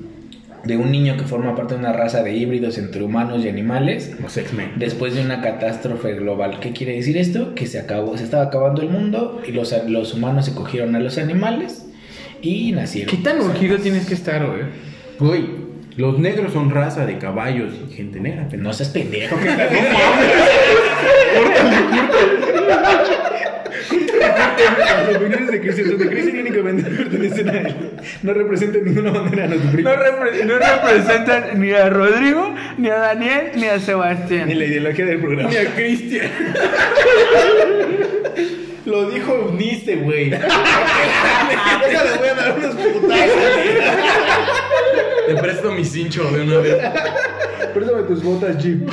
Speaker 5: de un niño que forma parte de una raza de híbridos entre humanos y animales
Speaker 2: Los X-Men.
Speaker 5: después de una catástrofe global. ¿Qué quiere decir esto? Que se acabó, se estaba acabando el mundo y los, los humanos se cogieron a los animales y nacieron.
Speaker 9: ¿Qué tan urgido tienes que estar, güey?
Speaker 2: Güey, los negros son raza de caballos y gente negra.
Speaker 5: No seas pendejo. Las opiniones de Cristian son de Cristian y únicamente pertenecen a él. No representan ninguna bandera a nuestro primo.
Speaker 9: no representan ni a Rodrigo, ni a Daniel, ni a Sebastián.
Speaker 5: Ni la ideología del programa.
Speaker 2: Mira, Cristian.
Speaker 5: Lo dijo Unice, güey.
Speaker 4: Ah,
Speaker 5: Déjale, voy a dar unos putazos.
Speaker 4: Te presto mi cincho de una vez.
Speaker 5: Préstame tus botas, Jeep.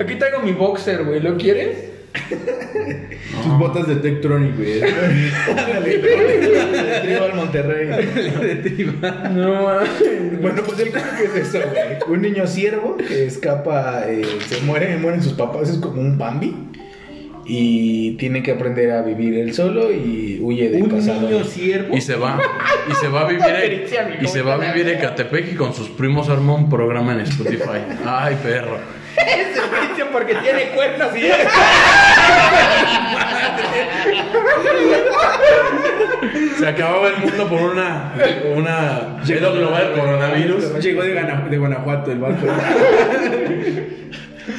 Speaker 9: Aquí traigo mi boxer, güey. ¿Lo quieres?
Speaker 2: Tus botas de Tektronic, güey.
Speaker 5: Tribal Monterrey.
Speaker 9: No, mames.
Speaker 5: Bueno, pues el cómic es eso, güey. Un niño siervo que escapa, eh, se muere, mueren sus papás, es como un Bambi. Y tiene que aprender a vivir él solo y huye de
Speaker 2: Un
Speaker 5: cazadores.
Speaker 2: niño siervo.
Speaker 4: Y se va. Y se va a vivir. en- Y se va a vivir en Catepec y con sus primos arma un programa en Spotify. Ay, perro.
Speaker 9: porque tiene cuernos y
Speaker 4: Se acababa el mundo por una. Una. Pedo global coronavirus.
Speaker 2: Llegó de, Gana- de Guanajuato el barco.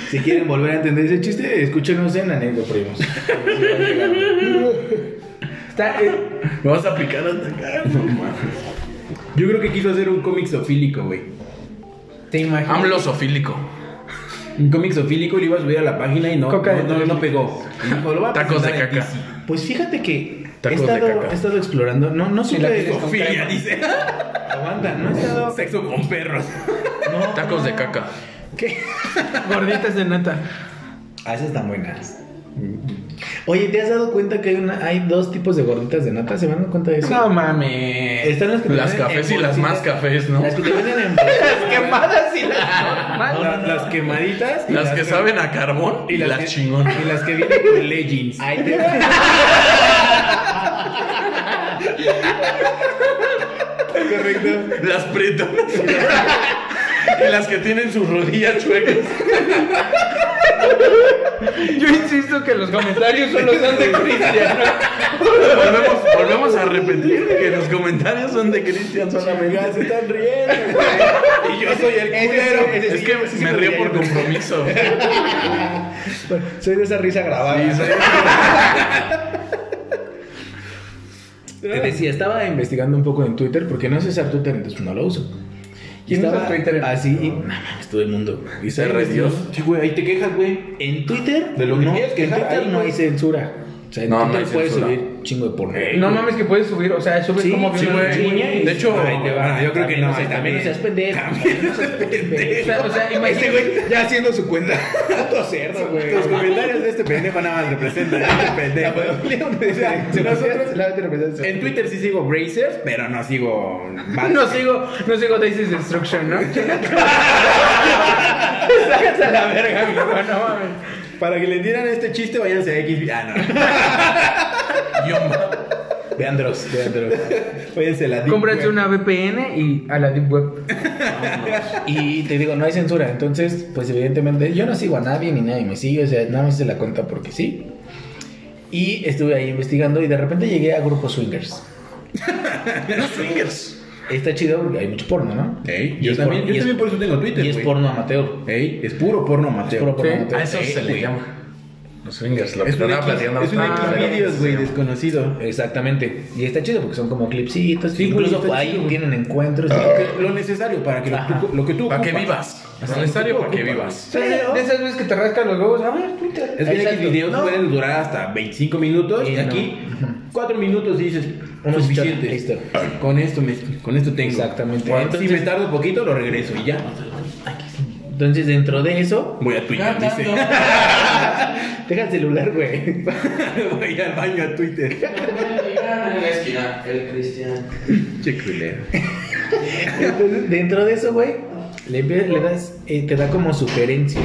Speaker 5: Si quieren volver a entender ese chiste, escúchenos en Anendo Primos.
Speaker 9: Está, eh,
Speaker 4: Me vas a picar hasta acá.
Speaker 2: Yo creo que quiso hacer un cómic sofílico, güey.
Speaker 9: ¿Te imaginas?
Speaker 4: AMLO sofílico.
Speaker 2: Un cómic sofílico lo iba a subir a la página y no,
Speaker 9: Coca de
Speaker 2: no, no,
Speaker 9: tres
Speaker 2: no pegó. Y dijo, lo voy a
Speaker 4: Tacos de
Speaker 2: presentar en
Speaker 4: caca.
Speaker 2: DC.
Speaker 5: Pues fíjate que he
Speaker 4: Tacos de
Speaker 5: estado,
Speaker 4: caca.
Speaker 5: he estado explorando. No, no
Speaker 9: la
Speaker 5: supe.
Speaker 9: tienes con
Speaker 2: Filia, dice.
Speaker 5: Aguanta, no he estado.
Speaker 2: Sexo con perros.
Speaker 5: no,
Speaker 4: Tacos de
Speaker 5: no.
Speaker 4: caca.
Speaker 5: ¿Qué?
Speaker 9: Gorditas de nata.
Speaker 5: Ah, esas están buenas. Oye, ¿te has dado cuenta que hay, una, hay dos tipos de gorditas de nata? ¿Se van a dar cuenta de eso?
Speaker 9: No mames.
Speaker 5: Están las que te
Speaker 4: Las
Speaker 5: venden en
Speaker 4: cafés y las
Speaker 5: bolsitas.
Speaker 4: más cafés, ¿no?
Speaker 5: Las que te venden en bolsitas.
Speaker 9: Quemadas y las
Speaker 5: No, no,
Speaker 9: normales.
Speaker 5: no. Las quemaditas. y
Speaker 4: Las que saben a carbón y las chingonas.
Speaker 2: Y las que vienen con leggings.
Speaker 5: Ahí te Correcto.
Speaker 4: Las pretonas. y las que tienen sus rodillas chuecas.
Speaker 1: Yo insisto que los comentarios solo son de Cristian.
Speaker 4: Volvemos, volvemos a repetir que los comentarios son de Cristian solamente.
Speaker 2: se están riendo. y yo soy el culero.
Speaker 4: Es que me río por compromiso.
Speaker 10: Soy de esa risa grabada.
Speaker 4: Sí, soy-
Speaker 5: Te decía, estaba investigando un poco en Twitter porque no sé usar Twitter, entonces no lo uso. Y estaba así,
Speaker 10: Ah,
Speaker 5: y, no mames, todo el mundo. Y
Speaker 4: Se re Dios.
Speaker 2: Sí, güey, ahí te quejas, güey.
Speaker 5: En Twitter,
Speaker 2: De lo que
Speaker 5: no,
Speaker 2: quieres
Speaker 5: en
Speaker 2: quejar,
Speaker 5: Twitter
Speaker 2: ahí
Speaker 5: no
Speaker 2: no.
Speaker 5: hay censura. O sea, en
Speaker 4: No, no
Speaker 5: Twitter
Speaker 4: hay
Speaker 5: puedes
Speaker 4: censura.
Speaker 5: subir chingo de porno.
Speaker 2: Eh,
Speaker 1: No mames, que puedes subir, o sea, subes
Speaker 5: Sí,
Speaker 1: como
Speaker 5: sí,
Speaker 1: viendo
Speaker 5: güey.
Speaker 4: De hecho,
Speaker 5: Ahí te va.
Speaker 2: yo creo que no,
Speaker 5: o sea, también no seas pendejo.
Speaker 1: O sea, o sea,
Speaker 5: Ese
Speaker 1: imagínate.
Speaker 5: güey ya haciendo su cuenta. Puto cerdo, güey.
Speaker 2: Los comentarios de este pendejo nada más representan a este
Speaker 5: La
Speaker 2: pendejo.
Speaker 5: pedofilia, güey.
Speaker 2: nosotros-
Speaker 5: Solamente representa eso.
Speaker 2: En Twitter sí sigo Brazers, pero no sigo.
Speaker 1: No sigo, no sigo Daisy's Destruction, ¿no? Sácate a la verga, mi hijo, no mames.
Speaker 2: Para que le dieran este chiste, váyanse a X. Ah, no.
Speaker 4: guión bajo.
Speaker 5: Veandros, veandros.
Speaker 2: Váyanse a la Deep
Speaker 1: Cómprate
Speaker 2: Web.
Speaker 1: una VPN y a la Deep Web.
Speaker 5: Y te digo, no hay censura. Entonces, pues evidentemente, yo no sigo a nadie ni nadie me sigue. O sea, nada más se la cuenta porque sí. Y estuve ahí investigando y de repente llegué a grupos swingers.
Speaker 4: Los swingers.
Speaker 5: Está chido porque hay mucho porno, ¿no?
Speaker 2: Ey,
Speaker 5: Y
Speaker 2: yo
Speaker 5: es
Speaker 2: también,
Speaker 5: por-
Speaker 2: yo
Speaker 5: y es-
Speaker 2: también por eso tengo Twitter.
Speaker 5: Y es
Speaker 2: güey. Ah,
Speaker 5: porno amateur.
Speaker 2: Ey, es puro porno,
Speaker 5: Es
Speaker 2: Mateo.
Speaker 5: puro porno
Speaker 1: Sí.
Speaker 5: amateur.
Speaker 4: A eso se le llama. Los swingers, lo que
Speaker 2: Es un
Speaker 4: estaba
Speaker 2: X,
Speaker 4: platicando.
Speaker 2: es un
Speaker 4: Ah,
Speaker 2: X videos, güey,
Speaker 5: Eh.
Speaker 2: desconocido.
Speaker 5: Exactamente. Y está chido porque son como clipsitos.
Speaker 2: Sí, güey,
Speaker 5: incluso
Speaker 2: está
Speaker 5: ahí
Speaker 2: chido, güey.
Speaker 5: tienen encuentros.
Speaker 4: Ah.
Speaker 2: Lo que- Lo necesario para que lo,
Speaker 5: Ajá.
Speaker 2: tú- lo que tú
Speaker 4: Para que
Speaker 2: ocupas.
Speaker 4: vivas.
Speaker 2: Ajá,
Speaker 4: Es necesario
Speaker 2: lo
Speaker 4: para que
Speaker 2: ocupas.
Speaker 4: vivas.
Speaker 1: De esas veces que te rascan los huevos, a ver, Twitter.
Speaker 2: Es que
Speaker 5: Exacto.
Speaker 2: X videos
Speaker 5: No.
Speaker 2: pueden durar hasta 25 minutos
Speaker 5: Sí,
Speaker 2: y,
Speaker 5: no.
Speaker 2: aquí 4 minutos dices
Speaker 5: Unos
Speaker 2: suficiente.
Speaker 5: shots, listo.
Speaker 2: Con esto me, con esto tengo.
Speaker 5: Exactamente.
Speaker 2: Cuando-
Speaker 5: Entonces-
Speaker 2: si me tardo poquito lo regreso y ya.
Speaker 5: Entonces, dentro de eso,
Speaker 2: Voy a Twitter, dice.
Speaker 5: deja el celular, güey.
Speaker 2: Voy al baño a Twitter.
Speaker 4: El Cristian.
Speaker 2: che culero.
Speaker 5: Entonces, dentro de eso, güey, le, empie- le das, eh, te da como sugerencias.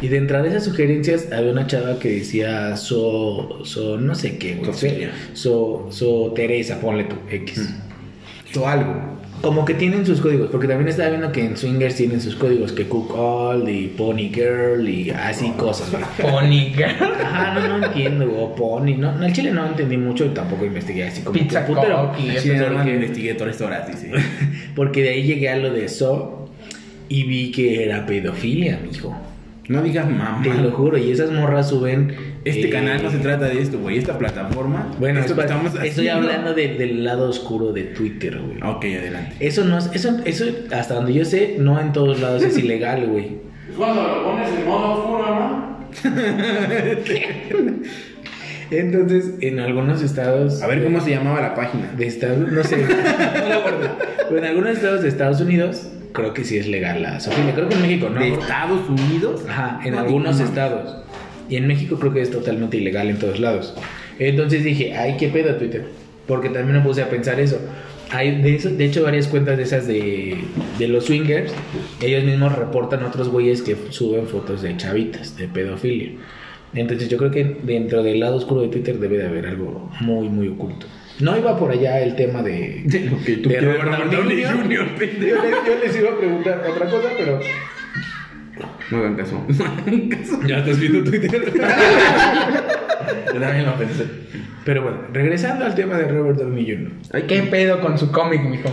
Speaker 5: Y dentro de esas sugerencias había una chava que decía so, so no sé qué, güey.
Speaker 2: Sofía.
Speaker 5: So, so Teresa, ponle tu X.
Speaker 2: O Mm. algo.
Speaker 5: Como que tienen sus códigos, porque también estaba viendo que en Swingers tienen sus códigos, que Cook All y Pony Girl y así cosas, güey.
Speaker 1: Pony girl.
Speaker 5: Ajá, no, no entiendo, o Pony, no, no, el chile no entendí mucho y tampoco investigué así como
Speaker 1: Pizza
Speaker 5: que putero.
Speaker 1: Cook y
Speaker 5: Así
Speaker 1: eso
Speaker 2: Sí,
Speaker 5: es,
Speaker 2: no, no,
Speaker 5: porque-
Speaker 2: investigué tres horas, dice.
Speaker 5: porque de ahí llegué a lo de eso y vi que era pedofilia, mijo.
Speaker 2: No digas mamá.
Speaker 5: Te lo juro, y esas morras suben.
Speaker 2: Este
Speaker 5: eh,
Speaker 2: canal no se trata de esto, güey. Esta plataforma.
Speaker 5: Bueno,
Speaker 2: esto que
Speaker 5: espera,
Speaker 2: estamos
Speaker 5: estoy
Speaker 2: haciendo-
Speaker 5: hablando de- del lado oscuro de Twitter, güey.
Speaker 2: Ok, adelante.
Speaker 5: Eso no es, eso, eso, hasta donde yo sé, no en todos lados es ilegal, güey.
Speaker 4: Cuando lo pones en modo oscuro, ¿no?
Speaker 5: Entonces, en algunos estados.
Speaker 2: A ver cómo se llamaba la página.
Speaker 5: De Estados no sé. no me acuerdo. Pero en algunos estados de Estados Unidos, creo que sí es legal la zoofilia. Creo que en México no.
Speaker 2: ¿De Estados Unidos?
Speaker 5: Ajá, en
Speaker 2: No,
Speaker 5: algunos
Speaker 2: no, no.
Speaker 5: estados. Y en México creo que es totalmente ilegal en todos lados. Entonces dije, ay, qué pedo Twitter. Porque también me puse a pensar eso. Hay de, eso, de hecho varias cuentas de esas de, de los swingers. Ellos mismos reportan otros güeyes que suben fotos de chavitas, de pedofilia. Entonces yo creo que dentro del lado oscuro de Twitter debe de haber algo muy, muy oculto. No iba por allá el tema de...
Speaker 2: De lo que tú
Speaker 5: De
Speaker 2: quieras,
Speaker 5: Robert
Speaker 2: Robert Downey
Speaker 5: Downey
Speaker 2: Jr., pendejo.
Speaker 5: Yo les, yo les iba a preguntar otra cosa, pero...
Speaker 2: No hagan caso.
Speaker 5: Ya estás viendo Twitter.
Speaker 4: Yo también lo pensé.
Speaker 5: Pero bueno, regresando al tema de Robert Downey Jr.
Speaker 1: ¿Qué pedo con su cómic, mijo?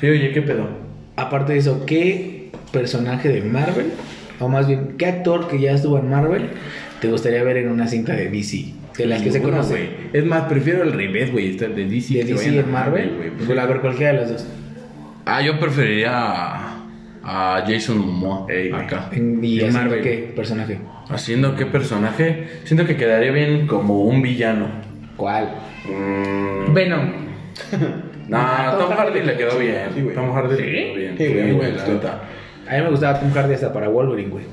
Speaker 4: Sí, oye, ¿qué pedo?
Speaker 5: Aparte de eso, ¿qué personaje de Marvel, o más bien, qué actor que ya estuvo en Marvel, te gustaría ver en una cinta de DC? De las que se
Speaker 2: Ninguno,
Speaker 5: conoce.
Speaker 2: güey. Es más, prefiero el revés, güey. Estar de DC.
Speaker 5: De
Speaker 2: que
Speaker 5: DC
Speaker 2: vayan a
Speaker 5: en Marvel,
Speaker 2: güey.
Speaker 5: pues, a ver cualquiera de las dos.
Speaker 4: Ah, yo preferiría a, a Jason Momoa
Speaker 2: Ey, güey.
Speaker 4: acá.
Speaker 5: En- ¿Y
Speaker 2: En
Speaker 5: haciendo
Speaker 2: Marvel.
Speaker 5: qué personaje?
Speaker 4: ¿Haciendo qué personaje? Siento que quedaría bien como un villano.
Speaker 5: ¿Cuál?
Speaker 4: Mm,
Speaker 1: Venom.
Speaker 4: No,
Speaker 5: Ah,
Speaker 4: Tom Hardy le quedó bien.
Speaker 2: Sí, güey.
Speaker 4: Tom Hardy
Speaker 5: ¿Sí?
Speaker 4: le quedó bien.
Speaker 2: Sí, güey, me
Speaker 4: la
Speaker 2: gustó.
Speaker 4: neta.
Speaker 5: A mí me gustaba Tom Hardy hasta para Wolverine, güey.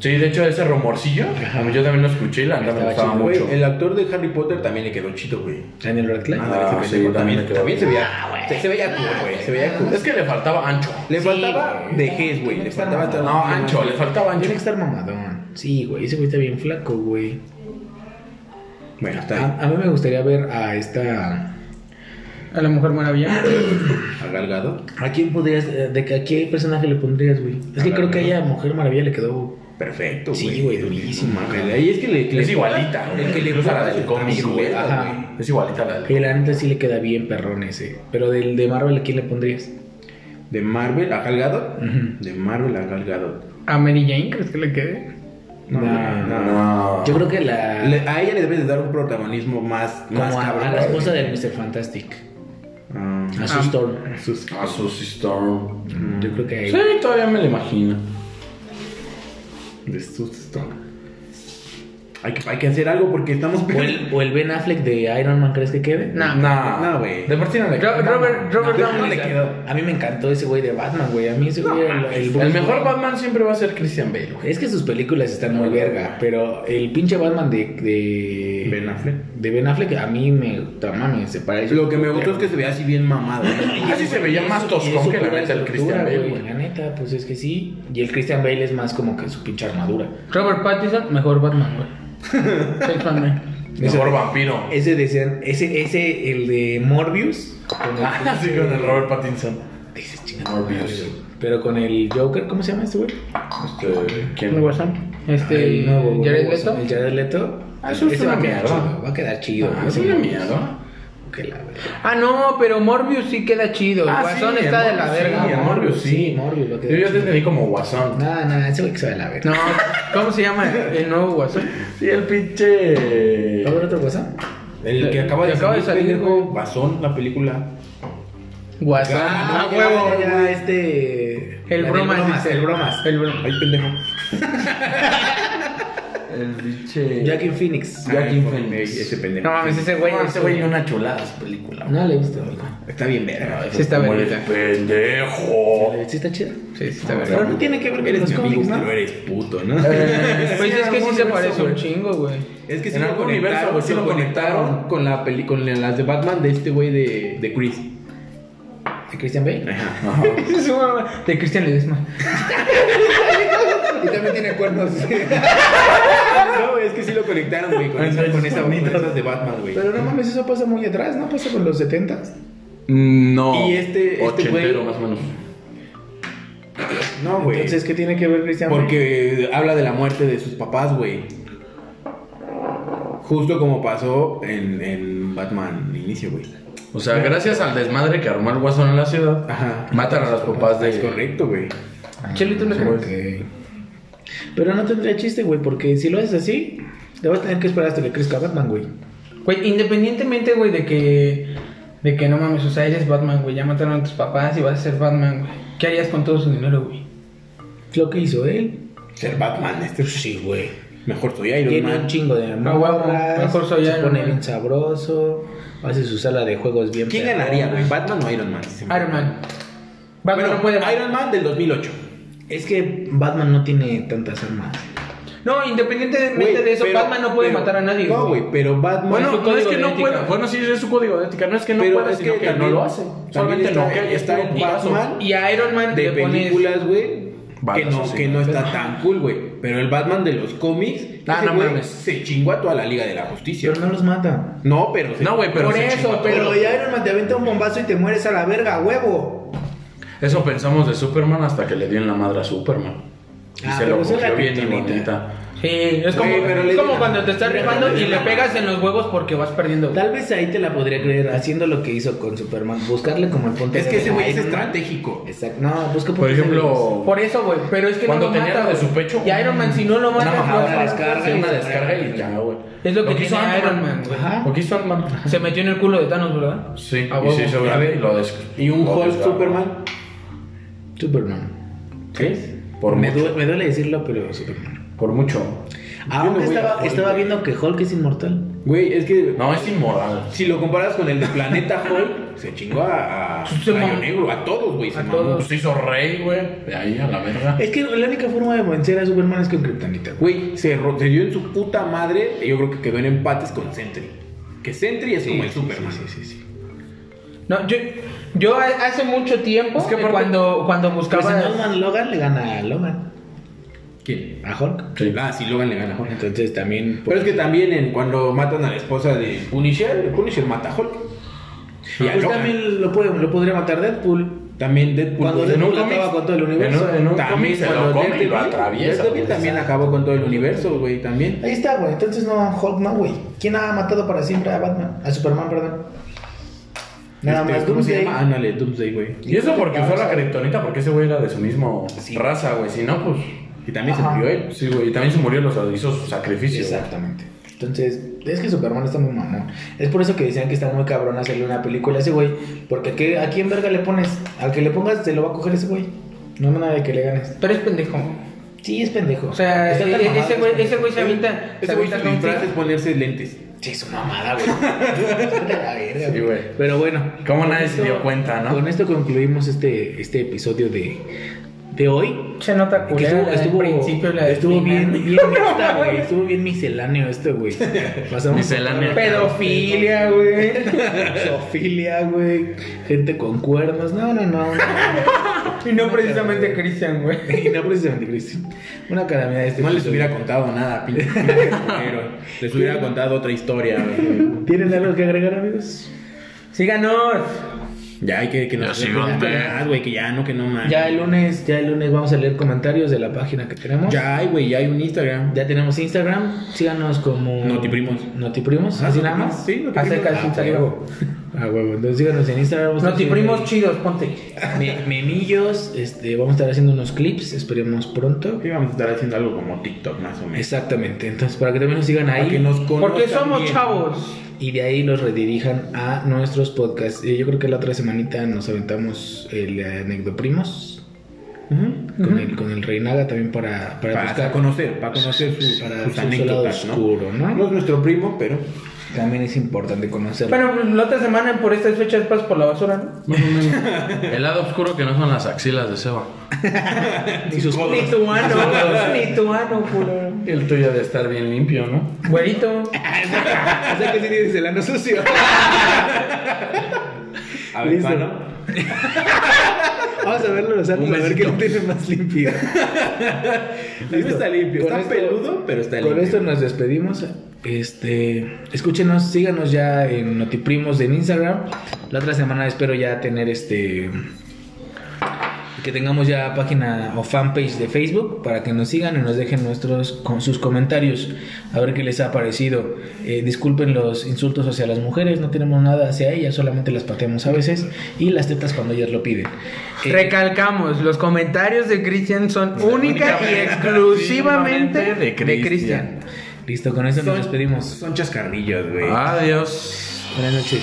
Speaker 4: Sí, de hecho, ese rumorcillo, a mí yo también lo escuché y la neta me
Speaker 5: Estaba
Speaker 4: gustaba
Speaker 5: chido,
Speaker 4: mucho.
Speaker 2: Güey, el actor de Harry Potter también le quedó chido, güey.
Speaker 5: Daniel Radcliffe.
Speaker 4: Ah,
Speaker 2: Ándale,
Speaker 4: sí,
Speaker 2: ese pendejo también,
Speaker 4: también le quedó
Speaker 2: también se
Speaker 4: bien.
Speaker 2: veía. se, se veía cool, Ah, güey. Se veía cool.
Speaker 4: Es que le faltaba ancho.
Speaker 2: Le faltaba
Speaker 5: güey.
Speaker 2: vejez, güey. Le faltaba estar-
Speaker 4: No, ancho, le faltaba ancho.
Speaker 5: Ah, Tiene que estar mamadón. Sí, güey, ese güey está bien flaco, güey.
Speaker 2: Bueno, está bien.
Speaker 5: A, a mí me gustaría ver a esta...
Speaker 1: A la mujer maravilla.
Speaker 2: Agalgado.
Speaker 5: ¿A quién podrías, eh, de que a qué personaje le pondrías, güey? Es que
Speaker 2: la
Speaker 5: creo que a
Speaker 2: verdad.
Speaker 5: ella Mujer Maravilla le quedó
Speaker 2: Perfecto, güey.
Speaker 5: Sí, güey, durísimo.
Speaker 2: Mames, ahí es que le. que
Speaker 4: Es
Speaker 2: le-
Speaker 4: igualita,
Speaker 2: El que le
Speaker 4: incluso a la
Speaker 2: gusta
Speaker 4: del
Speaker 2: su
Speaker 4: cómic, güey.
Speaker 2: chuleta,
Speaker 4: Ajá.
Speaker 2: güey.
Speaker 4: Es igualita a la
Speaker 5: Que
Speaker 4: del
Speaker 5: la neta sí le queda bien perrón ese. Pero del de Marvel, ¿a quién le pondrías?
Speaker 2: De Marvel a Galgado. De Marvel a Galgado.
Speaker 1: ¿A Mary Jane crees que le quede?
Speaker 2: No,
Speaker 5: No,
Speaker 2: no,
Speaker 4: No.
Speaker 5: Yo creo que la.
Speaker 2: Le- a ella le debes de dar un protagonismo más,
Speaker 5: como
Speaker 2: más
Speaker 5: a,
Speaker 2: cabrón.
Speaker 5: a la esposa del Mr. Fantastic.
Speaker 2: Ah,
Speaker 5: A su
Speaker 1: Ah.
Speaker 5: Storm.
Speaker 2: sus-
Speaker 4: A Susie Storm.
Speaker 5: Yo creo que ahí.
Speaker 4: Sí, todavía me la imagino.
Speaker 2: de sus- Stone. Hay que, hay que hacer algo porque estamos.
Speaker 5: O el, o el Ben Affleck de Iron Man, ¿crees que quede?
Speaker 1: Nah.
Speaker 4: No.
Speaker 2: No, güey.
Speaker 4: De por sí no le
Speaker 1: Ro- Robert, Robert
Speaker 2: no, no
Speaker 1: Downey.
Speaker 2: le quedó.
Speaker 5: A mí me encantó ese güey de Batman, güey. A mí ese güey era el,
Speaker 4: El mejor
Speaker 5: Batman.
Speaker 4: Batman siempre va a ser Christian Bale, güey.
Speaker 5: Es que sus películas están muy verga, pero el pinche Batman de, de
Speaker 2: Ben Affleck.
Speaker 5: de Ben Affleck a mí me ta- mames, se parece.
Speaker 2: Lo que me gustó es que se veía así bien mamado.
Speaker 4: Casi Ah, se veía más toscón que la neta el Christian Bale, güey.
Speaker 5: La neta, pues es que sí. Y el Christian Bale es más como que su pinche armadura.
Speaker 1: Robert Pattinson, mejor Batman, güey. Soy fan de él.
Speaker 4: Mejor vampiro.
Speaker 5: Ese decían, ese ese el de Morbius con el
Speaker 2: Ah,
Speaker 4: Así con el Robert Pattinson.
Speaker 5: dices, "Chinga, pero con el Joker, ¿cómo se llama este güey?
Speaker 4: Este,
Speaker 1: El
Speaker 4: ¿Quién?
Speaker 1: Guasón. Este.
Speaker 5: El nuevo,
Speaker 1: Jared
Speaker 5: nuevo,
Speaker 1: Leto.
Speaker 5: El Jared Leto.
Speaker 4: Ah, eso es
Speaker 5: Ese
Speaker 4: una
Speaker 5: va a quedar
Speaker 4: mierda.
Speaker 5: chido, Va a quedar chido.
Speaker 4: Ah,
Speaker 5: güey.
Speaker 4: es una mierda.
Speaker 5: Que la verga.
Speaker 1: Ah, no, pero Morbius sí queda chido.
Speaker 4: Ah,
Speaker 1: Guasón
Speaker 4: sí,
Speaker 1: está
Speaker 4: el
Speaker 1: de la
Speaker 4: Morbius,
Speaker 1: verga.
Speaker 4: sí, el Morbius,
Speaker 5: Sí,
Speaker 4: sí.
Speaker 5: Morbius, lo que
Speaker 4: Yo ya te entendí como guasón.
Speaker 5: No, no, ese güey que se va a la verga.
Speaker 1: No, ¿cómo se llama el nuevo Guasón?
Speaker 4: Sí, el pinche.
Speaker 5: ¿Va a haber otra cosa?
Speaker 2: El que acaba de
Speaker 1: Acaba de
Speaker 2: salir,
Speaker 1: salir,
Speaker 2: pendejo,
Speaker 1: güey.
Speaker 2: Guasón, la película.
Speaker 1: Guasón.
Speaker 5: Ah, huevo. Ya, este.
Speaker 1: El
Speaker 5: la del
Speaker 1: bromas, dice.
Speaker 5: el bromas.
Speaker 1: El broma.
Speaker 2: Ay, pendejo.
Speaker 4: El pinche.
Speaker 5: Jackie Phoenix.
Speaker 2: Ay,
Speaker 4: Joaquin
Speaker 2: por-
Speaker 4: Phoenix.
Speaker 2: ey, Ah, Ese pendejo.
Speaker 1: No mames, ese güey.
Speaker 4: No,
Speaker 1: ese
Speaker 4: ese Este güey es una chulada su película. güey.
Speaker 5: No la he visto, amigo.
Speaker 2: Está bien verga. güey.
Speaker 1: Sí está
Speaker 4: Como
Speaker 1: verga.
Speaker 4: el pendejo.
Speaker 5: ¿Sí está chida?
Speaker 1: Sí, sí, está
Speaker 5: Pero
Speaker 1: verga.
Speaker 5: no tiene que ver con
Speaker 2: Eres
Speaker 5: los
Speaker 2: mi amigo,
Speaker 5: cómics,
Speaker 2: pero
Speaker 5: ¿no?
Speaker 2: eres puto, ¿no?
Speaker 1: Pues es que sí se parece un chingo, güey.
Speaker 2: Es que
Speaker 4: En algún universo,
Speaker 2: pues,
Speaker 4: güey, sí lo conectaron.
Speaker 2: con la peli, con la- las de Batman de este güey de, de Chris.
Speaker 5: ¿De Christian Bale?
Speaker 1: Su mamá, De Cristian Ledesma.
Speaker 5: Y también tiene cuernos.
Speaker 2: No, güey, es que sí lo conectaron, güey,
Speaker 4: Ah,
Speaker 2: con, esa, con, esa, con esas de Batman, güey.
Speaker 5: Pero no mames, eso pasa muy atrás, ¿no? Pasa con los 70s.
Speaker 4: No.
Speaker 2: Y este- este
Speaker 4: Ochentero,
Speaker 2: güey-
Speaker 4: más o menos.
Speaker 2: No, güey.
Speaker 5: Entonces, ¿qué tiene que ver Christian Bale?
Speaker 2: Porque habla de la muerte de sus papás, güey. Justo como pasó en, en Batman inicio, güey.
Speaker 4: O sea, gracias al desmadre que armó el guasón en la ciudad,
Speaker 2: Ajá.
Speaker 4: matan a los papás
Speaker 2: Es
Speaker 4: de. Ah,
Speaker 2: correcto, güey.
Speaker 1: Chelito no es
Speaker 5: Ok. Pero no tendría chiste, güey, porque si lo haces así, te vas a tener que esperar hasta que crezca Batman, güey.
Speaker 1: Güey, independientemente, güey, de que. De que no mames, o sea, eres Batman, güey. Ya mataron a tus papás y vas a ser Batman, güey. ¿Qué harías con todo su dinero, güey?
Speaker 5: Es Lo que hizo él.
Speaker 2: Ser Batman, este.
Speaker 5: Sí, güey.
Speaker 2: Mejor soy Iron
Speaker 5: Tiene un
Speaker 2: Man.
Speaker 5: chingo de
Speaker 1: No, huevo,
Speaker 5: morras,
Speaker 1: mejor soy
Speaker 5: se
Speaker 1: Iron
Speaker 5: pone
Speaker 1: Man.
Speaker 5: bien sabroso, hace su sala de juegos bien
Speaker 2: ¿Quién
Speaker 5: perrona.
Speaker 2: ganaría, güey? ¿Batman o Iron Man?
Speaker 1: Iron Man. Batman
Speaker 2: Bueno,
Speaker 1: no puede.
Speaker 2: Iron Man del 2008.
Speaker 5: Es que Batman no tiene tantas armas.
Speaker 1: No, independientemente
Speaker 2: Güey,
Speaker 1: de eso,
Speaker 2: pero-
Speaker 1: Batman no puede
Speaker 2: pero-
Speaker 1: matar a nadie.
Speaker 2: No, güey, pero Batman.
Speaker 4: Bueno,
Speaker 1: su
Speaker 4: no es
Speaker 1: código
Speaker 4: que
Speaker 1: de
Speaker 4: no
Speaker 1: ética.
Speaker 4: pueda. Bueno, sí, es su código de ética. No es que no
Speaker 2: Pero
Speaker 4: pueda,
Speaker 2: es
Speaker 4: sino
Speaker 2: que
Speaker 4: que
Speaker 2: también-
Speaker 4: no lo hace.
Speaker 2: también
Speaker 4: Solamente
Speaker 2: está-
Speaker 4: no, que
Speaker 2: está
Speaker 4: está
Speaker 2: el
Speaker 4: el paso.
Speaker 2: Batman.
Speaker 1: Y a Iron Man
Speaker 2: de
Speaker 1: le pones-
Speaker 2: películas, güey. Que
Speaker 4: Balas,
Speaker 2: no,
Speaker 4: sí.
Speaker 2: que no está tan cool, güey. Pero el Batman de los cómics.
Speaker 4: Ah,
Speaker 2: ese
Speaker 4: no
Speaker 2: güey
Speaker 4: mames.
Speaker 2: Se chingó a toda la Liga de la Justicia.
Speaker 5: Pero no los mata.
Speaker 2: No, pero. se-
Speaker 4: No, güey, pero.
Speaker 1: Por
Speaker 4: se
Speaker 1: eso,
Speaker 4: chingó a
Speaker 1: pero
Speaker 4: todo.
Speaker 5: ya Iron Man te aventa un bombazo y te mueres a la verga, huevo.
Speaker 4: Eso pensamos de Superman hasta que le dio en la madre a Superman. Y
Speaker 5: Ah,
Speaker 4: se
Speaker 5: pero
Speaker 4: lo
Speaker 5: esa es la
Speaker 4: cogió bien y
Speaker 5: kriptonita.
Speaker 4: bonita.
Speaker 1: Sí, es como,
Speaker 2: Güey, pero
Speaker 1: es
Speaker 2: le-
Speaker 1: como cuando te estás rifando y le pegas en los huevos porque vas perdiendo. güey.
Speaker 5: Tal vez ahí te la podría creer, haciendo lo que hizo con Superman, buscarle como el punto
Speaker 2: Es que ese güey es
Speaker 5: Iron Man.
Speaker 2: estratégico.
Speaker 5: Exacto. No, busca
Speaker 4: Por ejemplo,
Speaker 1: Por eso, güey, pero es que
Speaker 4: Cuando
Speaker 1: no lo
Speaker 4: tenía
Speaker 1: mata,
Speaker 4: la de
Speaker 1: güey.
Speaker 4: su pecho,
Speaker 1: Y Iron Man, si no lo mata,
Speaker 5: una
Speaker 1: no
Speaker 5: bajada,
Speaker 1: lo
Speaker 5: descarga.
Speaker 4: hacer una descarga y ya, güey.
Speaker 1: Es lo que tiene
Speaker 4: hizo Ant-Man.
Speaker 1: Iron Man, güey.
Speaker 2: Ah.
Speaker 5: Ajá.
Speaker 4: Lo que hizo Ant-Man.
Speaker 1: Se metió en el culo de Thanos, ¿verdad?
Speaker 4: Sí,
Speaker 1: A
Speaker 4: y
Speaker 1: huevo.
Speaker 4: se hizo grande y lo des-
Speaker 2: Y un
Speaker 4: lo
Speaker 2: Hulk
Speaker 4: desgarró.
Speaker 2: Superman.
Speaker 5: Superman.
Speaker 4: ¿Qué? Por
Speaker 5: me,
Speaker 4: mucho.
Speaker 5: duele, me duele decirlo, pero Superman.
Speaker 4: Por mucho.
Speaker 5: Aunque
Speaker 2: no voy a
Speaker 5: estaba,
Speaker 2: Hulk,
Speaker 5: estaba
Speaker 2: güey.
Speaker 5: viendo que Hulk es inmortal.
Speaker 2: Güey, es que.
Speaker 4: No, es inmoral.
Speaker 2: Si lo comparas con el de Planeta Hulk, se chingó a. a
Speaker 1: Se
Speaker 2: Rayo
Speaker 1: mamó.
Speaker 2: Negro, a todos, güey. se
Speaker 1: A
Speaker 2: mamó.
Speaker 1: todos.
Speaker 4: Pues se hizo rey, güey. De ahí a la verga.
Speaker 5: Es que la única forma de vencer a Superman es con Kryptonita. güey.
Speaker 2: Güey, se, ro- se dio en su puta madre. y Yo creo que quedó en empates con Sentry. Que Sentry es como el Superman. Sí, sí, sí.
Speaker 1: No, yo, yo ha- hace mucho tiempo,
Speaker 4: que
Speaker 1: eh,
Speaker 4: aparte-
Speaker 1: cuando, cuando
Speaker 5: Pero si
Speaker 1: buscaba...
Speaker 5: Norman Logan le gana a Logan,
Speaker 2: ¿Quién?
Speaker 5: a Hulk.
Speaker 2: Ah, sí, Logan le gana a Hulk.
Speaker 5: Entonces también.
Speaker 2: Pero es que también pues, en- cuando matan a la esposa de Punisher, el Punisher mata a Hulk. Y a
Speaker 5: pues
Speaker 2: Logan.
Speaker 5: también lo, puede, lo podría matar Deadpool.
Speaker 2: También Deadpool.
Speaker 11: Cuando
Speaker 2: güey.
Speaker 11: Deadpool
Speaker 2: En un
Speaker 11: acaba
Speaker 2: cómic-
Speaker 11: con todo el universo.
Speaker 4: en un- en un
Speaker 2: también
Speaker 4: cómic se
Speaker 2: cuando
Speaker 4: lo come y lo
Speaker 2: Daredevil-
Speaker 4: atraviesa.
Speaker 2: Daredevil también acabó con todo el universo, güey, también.
Speaker 11: Ahí está, güey. Entonces no a Hulk, no, güey. ¿Quién ha matado para siempre a Batman? A Superman, perdón. Nada
Speaker 2: Este,
Speaker 11: más
Speaker 2: ¿Cómo se
Speaker 11: Doomsday.
Speaker 2: llama? Ándale, Doomsday, güey.
Speaker 4: Y eso porque usó la criptonita, porque ese güey era de su mismo raza, güey. Si no, pues.
Speaker 2: Y también
Speaker 11: Ajá.
Speaker 2: se murió él.
Speaker 4: Sí, güey. Y también se murió, los, hizo su sacrificio. güey.
Speaker 11: Exactamente. Entonces, es que Superman está muy mamón. Es por eso que decían que está muy cabrón hacerle una película a ese güey. Porque ¿a qué- ¿a quién verga le pones? Al que le pongas, se lo va a coger ese güey. No hay manera de que le ganes.
Speaker 1: Pero es pendejo.
Speaker 11: Sí, es pendejo.
Speaker 1: O sea,
Speaker 11: Está
Speaker 1: e-
Speaker 11: tan
Speaker 1: e-
Speaker 11: mamado
Speaker 1: ese güey,
Speaker 11: que es
Speaker 1: ese
Speaker 11: pendejo.
Speaker 1: güey se avienta. se
Speaker 2: Ese güey
Speaker 1: avienta
Speaker 2: su
Speaker 1: con-
Speaker 2: disfraz es ponerse lentes.
Speaker 11: Sí, es una mamada, güey. Vete a la verga,
Speaker 4: Sí, güey.
Speaker 5: Pero bueno,
Speaker 4: ¿Cómo
Speaker 5: con
Speaker 4: nadie se
Speaker 5: esto-
Speaker 4: dio cuenta, no?
Speaker 5: Con esto concluimos este, este episodio de, de hoy.
Speaker 1: Se nota
Speaker 5: Que
Speaker 1: culera.
Speaker 5: estuvo
Speaker 1: la del
Speaker 5: estuvo,
Speaker 1: principio, la del
Speaker 5: estuvo bien,
Speaker 1: final.
Speaker 5: bien mixta, güey. Estuvo bien misceláneo esto, güey. Pasamos
Speaker 4: Misceláneo.
Speaker 5: Pedofilia, güey. Sofilia, güey. Gente con cuernos. No, no, no.
Speaker 1: Y no precisamente Cristian, güey.
Speaker 5: Y no precisamente, Cristian. Una calamidad de este
Speaker 2: No les
Speaker 5: episodio.
Speaker 2: hubiera contado nada, pinche. culero. les hubiera contado otra historia, güey.
Speaker 5: ¿Tienen algo que agregar, amigos?
Speaker 1: Síganos.
Speaker 2: Ya hay que, que nos
Speaker 4: Ya sí, güey.
Speaker 2: más, güey, que ya no, que no más.
Speaker 5: Ya el lunes, ya el lunes vamos a leer comentarios de la página que tenemos.
Speaker 2: Ya hay, güey, ya hay un Instagram.
Speaker 5: Ya tenemos Instagram, síganos como
Speaker 2: Notiprimos.
Speaker 5: Notiprimos,
Speaker 2: Ah,
Speaker 5: así nada
Speaker 2: Notiprimos,
Speaker 5: más.
Speaker 2: sí, Notiprimos.
Speaker 5: Acerca de
Speaker 2: Ah,
Speaker 5: su salgo. Ah, huevo, entonces síganos en Instagram. vamos a estar
Speaker 1: Notiprimos
Speaker 5: haciendo
Speaker 1: chidos, ponte.
Speaker 5: me- memillos, este, vamos a estar haciendo unos clips, esperemos pronto.
Speaker 2: Sí, vamos a estar haciendo algo como TikTok, más o menos.
Speaker 5: Exactamente, entonces para que también nos sigan
Speaker 2: Para que
Speaker 5: ahí
Speaker 2: nos conozcan
Speaker 1: Porque somos
Speaker 2: bien.
Speaker 1: chavos.
Speaker 5: y de ahí los redirijan a nuestros podcasts. Eh, Yo creo que la otra semanita nos aventamos el anecdoprimos
Speaker 2: Ujú.
Speaker 5: con, el, con el Reinaga también para, para,
Speaker 2: Para,
Speaker 5: buscar
Speaker 2: conocer, para conocer su-
Speaker 5: para
Speaker 2: sus
Speaker 5: su lado
Speaker 2: anécdotas, ¿no?
Speaker 5: oscuro, ¿no?
Speaker 2: No es nuestro primo, pero
Speaker 5: También es importante conocerlo.
Speaker 1: Bueno, pues, la otra semana por estas fechas pasas por la basura, ¿no?
Speaker 4: El lado oscuro que no son las axilas de Seba.
Speaker 5: y sus codos.
Speaker 1: Ni tu ano, ni tu ano, culo.
Speaker 4: El tuyo ha de estar bien limpio, ¿no?
Speaker 1: Güerito.
Speaker 5: O sea que sí tienes el ano sucio.
Speaker 2: a ver,
Speaker 5: Listo.
Speaker 2: ¿no?
Speaker 5: Vamos a verlo los años, a ver quién lo tiene más limpio.
Speaker 2: Listo. Está limpio,
Speaker 5: Con
Speaker 2: está
Speaker 5: esto-
Speaker 2: peludo, pero está limpio.
Speaker 5: Con esto nos despedimos. Este, escúchenos, síganos ya en Notiprimos en Instagram. La otra semana espero ya tener este que tengamos ya página o fanpage de Facebook para que nos sigan y nos dejen nuestros con sus comentarios a ver qué les ha parecido. Eh, disculpen los insultos hacia las mujeres, no tenemos nada hacia ellas, solamente las pateamos a veces y las tetas cuando ellas lo piden. Eh,
Speaker 1: Recalcamos, los comentarios de Cristian son única y exclusivamente
Speaker 4: de
Speaker 1: de Cristian.
Speaker 5: listo, con eso
Speaker 2: Son-
Speaker 5: nos despedimos.
Speaker 2: Son chascarrillos, güey.
Speaker 4: Adiós.
Speaker 5: Buenas noches.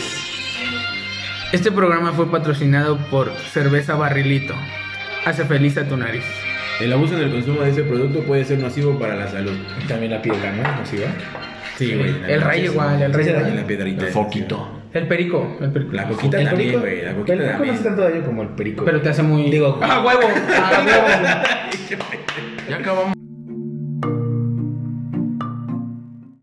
Speaker 1: Este programa fue patrocinado por Cerveza Barrilito. Hace feliz a tu nariz.
Speaker 2: El abuso en el consumo de ese producto puede ser nocivo para la salud.
Speaker 5: También la piedra, ¿no? ¿Nos iba?
Speaker 2: Sí, güey.
Speaker 1: El rayo igual, el rayo
Speaker 2: La,
Speaker 1: igual.
Speaker 2: la piedrita.
Speaker 4: El foquito.
Speaker 1: El perico, el perico.
Speaker 2: La coquita
Speaker 5: El
Speaker 2: también,
Speaker 5: perico.
Speaker 2: güey. La
Speaker 5: Pero
Speaker 2: coquita
Speaker 5: no conoce
Speaker 2: también.
Speaker 5: tanto daño como el perico.
Speaker 1: ¡Ah, Pero te hace muy...
Speaker 5: Digo,
Speaker 1: ¡A huevo! ¡A huevo!
Speaker 4: Ya acabamos.